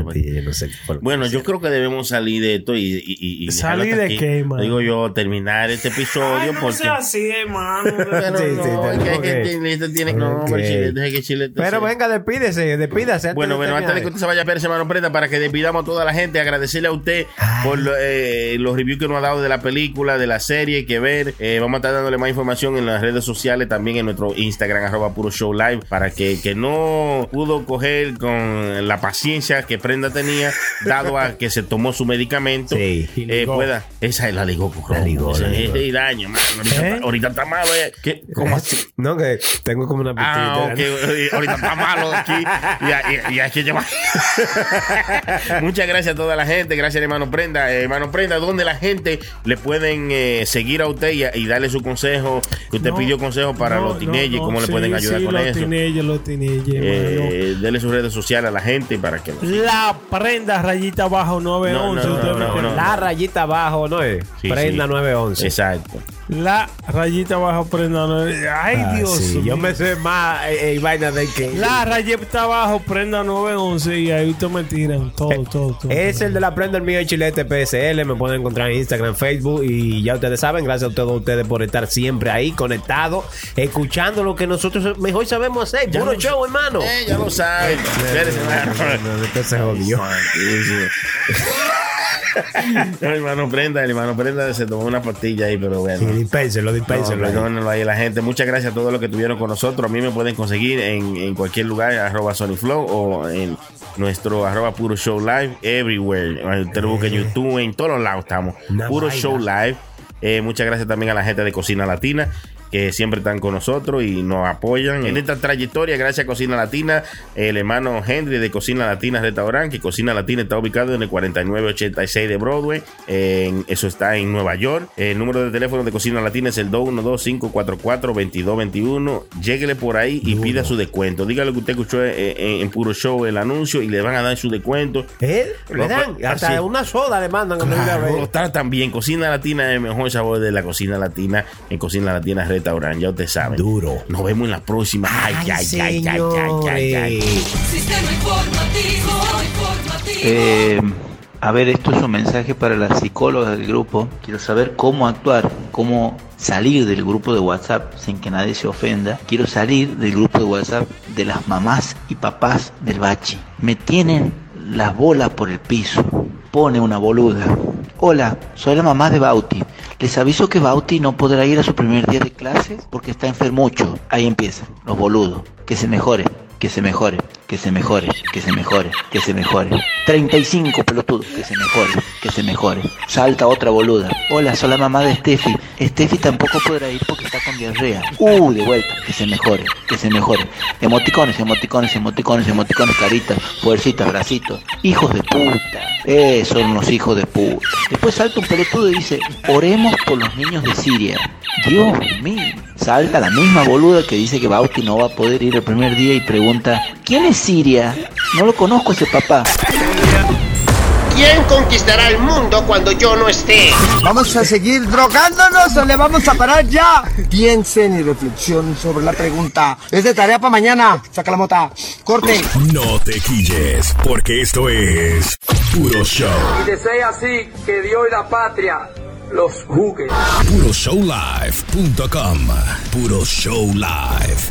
E: Bueno, yo creo que debemos salir de esto y. y, y- y dejarlo
C: ¿Salir
E: hasta
C: de
E: aquí.
C: qué, man?
E: Digo yo, terminar este episodio
C: Ay, no
E: porque.
C: sea así, hermano.
E: Pero
C: Sí,
E: no,
C: sí,
E: es que- es que
C: ok.
E: Chile- esto tiene no, hombre,
G: Ok.
E: Chile, deje que Chile-
G: Pero
E: se-
G: venga, despídese, despídase.
E: Bueno, bueno, antes de que usted se vaya a Pérez, hermano Prenda, para que despidamos a toda la gente, agradecerle a usted por lo- eh, los reviews que nos ha dado de la película, de la serie que ver. Eh, vamos a estar dándole más información en las redes sociales, también en nuestro Instagram, arroba puro show live, para que que no pudo coger con la paciencia que Prenda tenía, dado a que se tomó su medicamento, eh, pueda. Esa es la ligó, por favor. Esa-
G: la ligó.
E: esa es daño, man. Ahorita, está- ahorita está malo, eh. ¿Qué? ¿Cómo así?
G: No, que tengo como una
E: Ah, ok,
G: pistita.
E: eh, ahorita está malo aquí y, hay- y hay que llevar. Muchas gracias a toda la gente, gracias hermano Prenda. Eh, hermano Prenda, ¿dónde la gente le pueden eh, seguir a usted y, y darle su consejo? Que usted
C: No,
E: pidió consejo para
C: no,
E: los tineyes,
C: no, no,
E: ¿cómo le
C: sí,
E: pueden ayudar
C: sí,
E: con
C: los
E: eso?
C: teenagers, los teenagers, hermano.
E: Eh, dele sus redes sociales a la gente para que...
C: La prenda rayita abajo 911.
E: No, no, no,
C: usted
E: no,
C: me-
E: no.
G: La rayita abajo, ¿no es?
E: Sí,
G: Prenda
E: sí.
G: 911.
E: Exacto.
C: La rayita abajo prenda 911. Ay,
G: Ah,
C: Dios
G: sí,
C: mío.
G: Yo me sé más eh, eh, vaina de que.
C: La rayita abajo prenda 911 y ahí usted me tiran todo, todo, todo.
G: Es el de la prenda el mío de Chilete PSL. Me pueden encontrar en Instagram, Facebook. Y ya ustedes saben, gracias a todos ustedes por estar siempre ahí, conectados, escuchando lo que nosotros mejor sabemos hacer. Puro show, hermano. Este
E: Eh, ya lo saben. Ustedes, hermano.
G: se jodió.
E: No, hermano Prenda, el hermano Prenda se tomó una pastilla ahí, pero bueno.
G: Dispénselo, dispénselo.
E: No, perdónenlo ahí a la gente. Muchas gracias a todos los que estuvieron con nosotros. A mí me pueden conseguir en, en cualquier lugar, arroba SonyFlow o en nuestro arroba Puro Show Live, everywhere. Usted lo busca en YouTube, en todos los lados estamos.
G: Una
E: Puro
G: vaina.
E: Show Live. Eh, muchas gracias también a la gente de Cocina Latina que siempre están con nosotros y nos apoyan en esta trayectoria. Gracias a Cocina Latina, el hermano Henry de Cocina Latina Restaurant, que Cocina Latina está ubicado en el 4986 de Broadway. en- eso está en Nueva York. El número de teléfono de Cocina Latina es el 212-544-2221. Lléguele por ahí y pida su descuento. Dígale que usted escuchó eh, en, en Puro Show el anuncio y le van a dar su descuento.
G: ¿Eh? Le dan hasta
E: pues, Así.
G: una soda le mandan cuando llega a
E: Claro,
G: ver.
E: está también. Cocina latina es el mejor sabor de la cocina latina en Cocina Latina Restaurant. Ya ustedes saben. Duro. Nos vemos en la próxima. Ay, ay, ay, ay, ay, ay, ay.
W: Sistema informativo, informativo.
X: Eh, a ver, esto es un mensaje para las psicólogas del grupo. Quiero saber cómo actuar, cómo salir del grupo de WhatsApp sin que nadie se ofenda. Quiero salir del grupo de WhatsApp de las mamás y papás del bache. Me tienen las bolas por el piso. Pone una boluda. Hola, soy la mamá de Bauti. Les aviso que Bauti no podrá ir a su primer día de clases porque está enfermucho. Ahí empiezan, los boludos. Que se mejore, que se mejore, que se mejore, que se mejore, que se mejore. 35 pelotudos, que se mejore, que se mejore. Salta otra boluda. Hola, soy la mamá de Steffi. Steffi tampoco podrá ir porque está con diarrea. Uh, de vuelta, que se mejore, que se mejore. Emoticones, emoticones, emoticones, emoticones, caritas, fuercitas, bracitos. Hijos de puta. Eh, son unos hijos de puta. Después salta un pelotudo y dice, oremos por los niños de Siria. Dios mío. Salta la misma boluda que dice que Bauti no va a poder ir el primer día y pregunta, ¿quién es Siria? No lo conozco ese papá.
Y: ¿Quién conquistará el mundo cuando yo no esté? ¿Vamos a seguir drogándonos o le vamos a parar ya? Piensen y reflexionen sobre la pregunta. Es de tarea para mañana. Saca la mota. Corte.
N: No te quilles, porque esto es Puro Show.
Z: Y desea así que Dios y la patria los juzgue.
N: PuroShowLive.com. Puro Show Live.